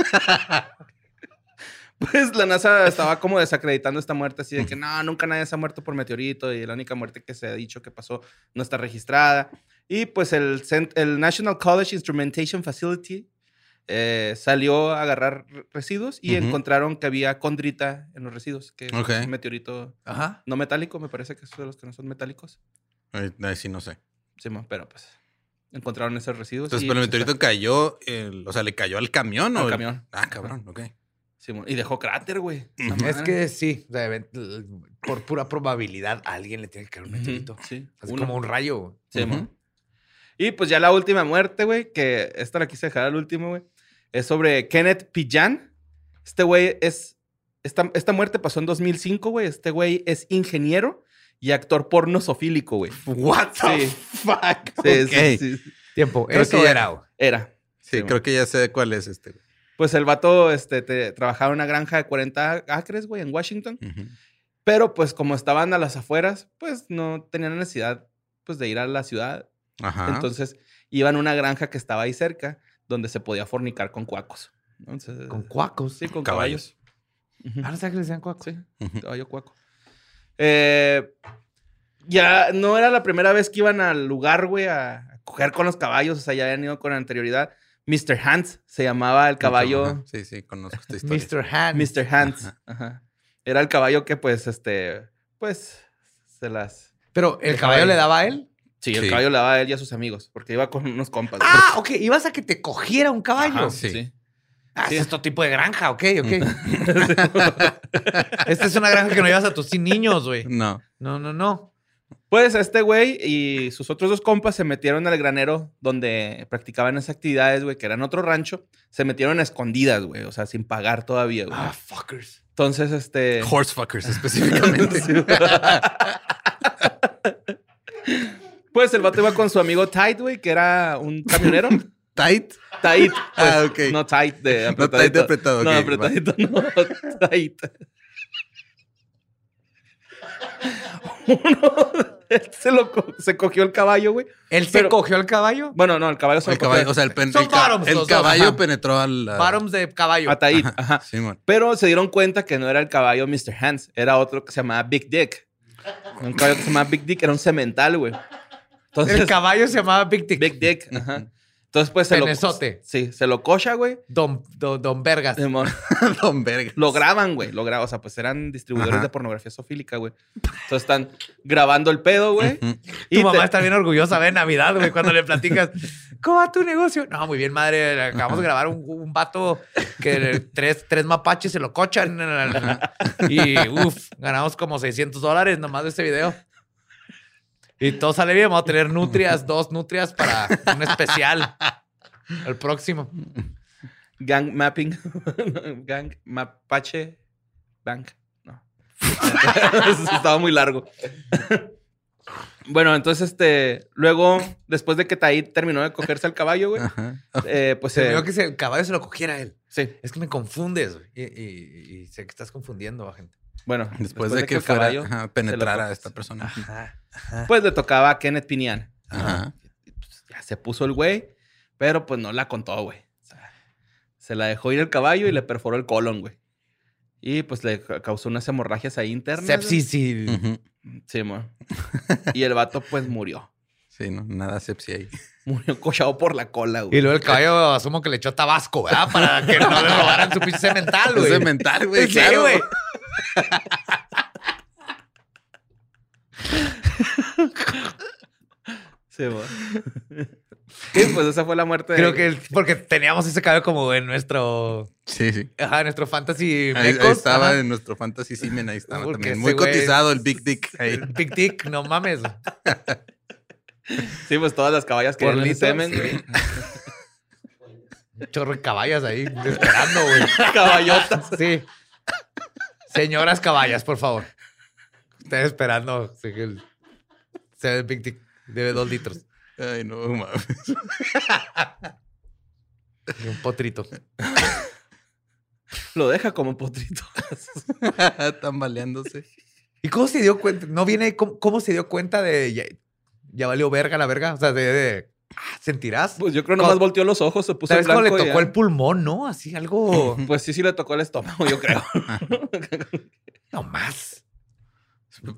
S2: pues la NASA estaba como desacreditando esta muerte, así de que no, nunca nadie se ha muerto por meteorito y la única muerte que se ha dicho que pasó no está registrada. Y pues el, cent- el National College Instrumentation Facility eh, salió a agarrar re- residuos y
S3: Ujú.
S2: encontraron que había condrita en los residuos, que
S3: Ok.
S2: es un meteorito
S1: Ajá.
S2: no metálico, me parece que es de los que no son metálicos.
S3: Ay, ay, sí, no sé.
S2: Simón, pero pues encontraron esos residuos.
S3: Entonces,
S2: y,
S3: pero el
S2: pues,
S3: meteorito cayó, el- o sea, le cayó al camión o.
S2: Al
S3: el-
S2: camión.
S3: Ah, cabrón, ok.
S2: Simón, y dejó cráter, güey. La
S1: Es
S2: madre.
S1: que sí, o sea, event- l- por pura probabilidad a alguien le tiene que caer un
S2: Ujú,
S1: meteorito.
S2: Sí,
S1: Así
S2: uno.
S1: como un rayo. güey.
S2: Simón. Y pues ya la última muerte, güey, que esta la quise dejar al último, güey, es sobre Kenneth Pillan. Este güey es. Esta, esta muerte pasó en 2005, güey. Este güey es ingeniero y actor porno sofílico, güey.
S1: What the
S2: Sí.
S1: fuck?
S2: Sí,
S3: Ok.
S2: sí, sí.
S1: Tiempo.
S3: Creo
S1: Eso
S3: que ya-
S1: era. güey.
S2: Era.
S3: Sí,
S2: Simón.
S3: creo que ya sé cuál es este.
S2: Pues el vato este, te- trabajaba en una granja de 40 acres, güey, en Washington.
S3: Ujú.
S2: Pero pues como estaban a las afueras, pues no tenían necesidad pues de ir a la ciudad.
S3: Ajá.
S2: Entonces iban a una granja que estaba ahí cerca donde se podía fornicar con cuacos. Entonces,
S1: Con cuacos.
S2: sí, con caballos.
S3: Caballos.
S2: Ujú.
S1: Ah, no sabía que le decían cuacos.
S2: Sí,
S3: Ujú.
S2: caballo cuaco. Eh, ya no era la primera vez que iban al lugar, güey, a, a coger con los caballos. O sea, ya habían ido con anterioridad. Mr. Hans se llamaba el
S3: Ajá.
S2: caballo.
S3: Sí, sí, conozco esta historia.
S1: Mr. Hand.
S2: Mr. Hans.
S3: Ajá.
S2: Ajá. Era el caballo que pues, este, pues, se las...
S1: Pero el caballo le daba a él.
S2: Sí, el
S3: Sí.
S2: caballo la daba a él y a sus amigos, porque iba con unos compas. güey.
S1: Ah, ok. Ibas a que te cogiera un caballo.
S3: Ajá,
S2: sí. sí.
S1: Ah,
S2: Sí.
S1: es otro tipo de granja, ok, ok. Esta es una granja que no llevas a tus sí niños, güey.
S3: No.
S1: No, no, no.
S2: Pues este güey y sus otros dos compas se metieron al granero donde practicaban esas actividades, güey, que eran otro rancho. Se metieron a escondidas, güey, o sea, sin pagar todavía, güey.
S1: Ah, fuckers.
S2: Entonces, este...
S3: Horsefuckers específicamente.
S2: Pues el vato iba con su amigo Tide, güey, que era un camionero.
S3: Tight.
S2: Tight. pues,
S3: Ah, ok.
S2: No tight de
S3: No tight de apretado,
S2: No,
S3: ok,
S2: apretadito, no. Tight. Uno él se, lo co- se cogió el caballo, güey.
S1: Él se
S2: Pero-
S1: cogió al caballo.
S2: Bueno, no, el caballo se
S3: El
S2: lo cogió
S3: caballo, o sea, el, pen-
S1: Son
S3: el, ca-
S1: bottoms
S3: el
S1: los dos,
S3: caballo
S1: ajá.
S3: penetró al.
S2: Ah.
S1: Bottoms de caballo.
S2: a Taid, ajá.
S3: Sí, man.
S2: Pero se dieron cuenta que no era el caballo Mr. Hans, era otro que se llamaba Big Dick. Un caballo que se llamaba Big Dick era un cemental, güey. Entonces,
S1: El caballo se llamaba Big Dick.
S2: Big Dick, ajá. Entonces, pues se lo.
S1: Penezote.
S2: Sí, se lo cocha, güey.
S1: Don, don, don Vergas.
S2: Simón.
S3: Don Vergas.
S2: Lo graban, güey. Lo graban. O sea, pues eran distribuidores
S3: Ajá.
S2: de pornografía sofílica, güey. Entonces están grabando el pedo, güey.
S3: Ujú.
S2: y
S1: Tu mamá
S2: te-
S1: está bien orgullosa de Navidad, güey, cuando le platicas, ¿cómo va tu negocio? No, muy bien, madre. Acabamos de grabar un, un vato que le- tres, tres mapaches se lo cochan. Y uff, ganamos como 600 dólares nomás de este video. Y todo sale bien. Vamos a tener nutrias, dos nutrias para un especial. El próximo.
S2: Gang mapping. Gang mapache. Bank. No. Eso Estaba muy largo. bueno, entonces, este. Luego, después de que Taí terminó de cogerse al caballo, güey,
S3: Ajá.
S2: eh, pues.
S1: Se me
S2: eh,
S1: dio que se- el caballo se lo cogiera él.
S2: Sí,
S1: Es que me confundes, güey. Y, y- y sé que estás confundiendo a gente.
S2: bueno.
S3: Después, de que,
S2: el
S3: fuera,
S2: caballo
S3: ajá,
S2: se
S3: penetrara
S2: lo-
S3: a esta persona.
S1: Ajá.
S2: Pues le tocaba a Kenneth Pinian.
S3: Ajá.
S2: Pues, ya se puso el güey, pero pues no la contó, güey. O sea, se la dejó ir el caballo y le perforó el colon, güey. Y pues le ca- causó unas hemorragias ahí internas. güey.
S1: Sepsis y...
S3: Ujú.
S2: Sí, mo. Y el vato, pues, murió.
S3: Sí, no, nada sepsi ahí.
S2: Murió cochado por la cola,
S1: Y
S2: güey.
S1: luego el caballo asumo que le echó tabasco, ¿verdad? Para que no le robaran su pinche cemental, güey.
S3: Es mental, güey.
S1: Sí,
S3: claro.
S1: güey.
S2: Sí, mo. Y pues esa fue la muerte de-
S1: Creo que es porque teníamos ese caballo como en nuestro...
S3: Sí, sí.
S1: Ajá, en nuestro fantasy
S3: Ahí, ahí
S1: mecos,
S3: estaba
S1: ajá.
S3: en nuestro fantasy semen, ahí estaba
S1: Porque
S3: también.
S1: ese
S3: Muy
S1: güey-
S3: cotizado el Big Dick. Ahí.
S1: El Tic Tic, no mames.
S2: Sí, pues todas las caballas que
S1: Por
S2: le
S1: litros,
S2: semen.
S1: sí.
S2: güey.
S1: Un Chorro de caballas ahí esperando, güey.
S2: Caballotas.
S1: Sí. Señoras caballas, por favor. Ustedes esperando. sí, que el- Se ve el Big Dick. Debe dos litros.
S3: Ay, no mames.
S1: Y un potrito.
S2: Lo deja como potrito.
S3: Tambaleándose.
S1: ¿Y cómo se dio cuenta? ¿No viene cómo, cómo se dio cuenta de ya, ya valió verga la verga? O sea, de... de- ah, ¿Sentirás?
S2: Pues yo creo nomás
S1: Como-
S2: volteó los ojos, se puso
S1: ¿Sabes cómo
S2: blanco
S1: le
S2: y
S1: tocó
S2: ya.
S1: el pulmón, no? Así algo...
S2: Pues sí, sí le tocó el estómago, yo creo.
S1: No más.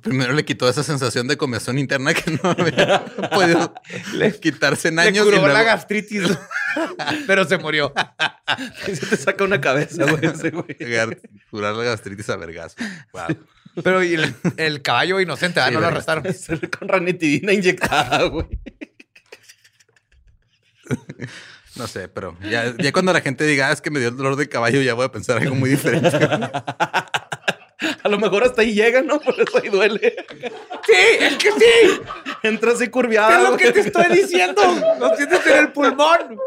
S3: Primero le quitó esa sensación de comezón interna que no había podido quitarse en años.
S1: le
S3: y
S1: curó la
S3: luego-
S1: gastritis. pero se murió.
S2: Y se te saca una cabeza, güey, ese güey.
S3: Llegar- curar la gastritis a vergazo. Wow.
S1: Pero y el, el caballo inocente, ah,
S3: Sí,
S1: no lo
S3: verga.
S1: arrestaron.
S2: Sale Con ranitidina inyectada, güey.
S3: No sé, pero ya, ya cuando la gente diga "Ah, es que me dio el dolor de caballo, ya voy a pensar algo muy diferente.
S2: A lo mejor hasta ahí llega, ¿no? Por eso ahí duele.
S1: ¡Sí! ¡Es que sí!
S2: Entra así curviada.
S1: ¡Es lo
S2: Ah, güey.
S1: que te estoy diciendo! ¡Lo sientes en el pulmón!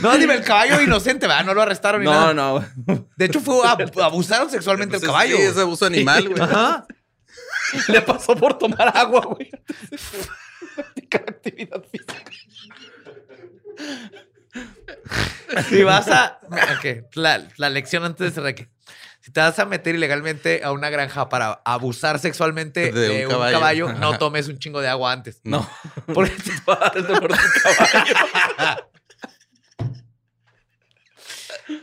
S1: No, dime, el caballo inocente, ¿verdad? No lo arrestaron ni
S2: No,
S1: nada.
S2: no. güey.
S1: De hecho, fue ab- abusaron sexualmente
S3: Pues
S1: el
S3: es-
S1: caballo. Ah,
S3: Sí, es abuso animal, güey.
S1: Ajá.
S2: Le pasó por tomar agua, güey. Practicar actividad física.
S1: Si vas a... Ok, la, la lección antes de que Si te vas a meter ilegalmente a una granja para abusar sexualmente de, un, caballo, no tomes un chingo de agua antes.
S3: No.
S2: Porque te va a dar el dolor del caballo.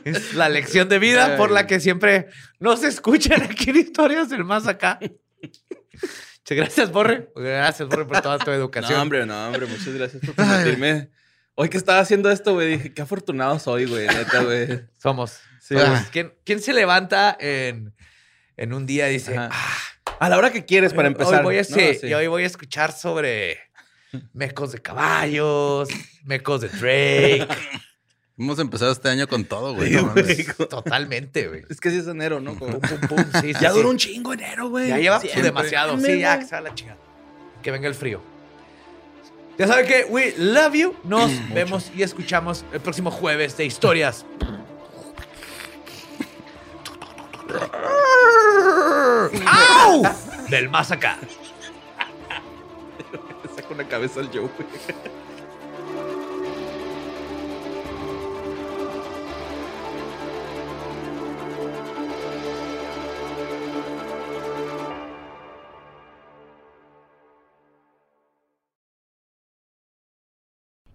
S1: Es la lección de vida por la que siempre nos escuchan aquí en Historias del Más Acá. Muchas gracias, Borre. Gracias, Borre, por toda tu educación.
S2: No, hombre, no, hombre. Muchas gracias por permitirme. Hoy que estaba haciendo esto, güey, dije, qué afortunado soy, güey, neta, güey.
S1: Somos.
S2: Sí,
S1: somos.
S2: güey.
S1: ¿Quién, quién se levanta en, en un día y dice,
S2: Ajá.
S1: "Ah,
S2: A la hora que quieres para
S1: Eh, hoy-
S2: empezar.
S1: Hoy voy a,
S2: ¿no?
S1: sí,
S2: Sí.
S1: y hoy voy a escuchar sobre mecos de caballos, mecos de Drake.
S3: Hemos empezado este año con todo, güey.
S2: Sí,
S3: no mames.
S2: güey.
S1: Totalmente, güey.
S2: Es que sí es enero, ¿no? Como-
S1: Pum, pum, sí, sí,
S2: ya
S1: sí.
S2: duró un chingo enero, güey.
S1: Ya lleva
S2: Siempre.
S1: demasiado. Sí, ya, que se va la chingada. Que venga el frío. Ya saben que we love you. Nos vemos y escuchamos el próximo jueves de historias. ¡Au! Del más acá.
S2: Le saco la cabeza al Joe, güey.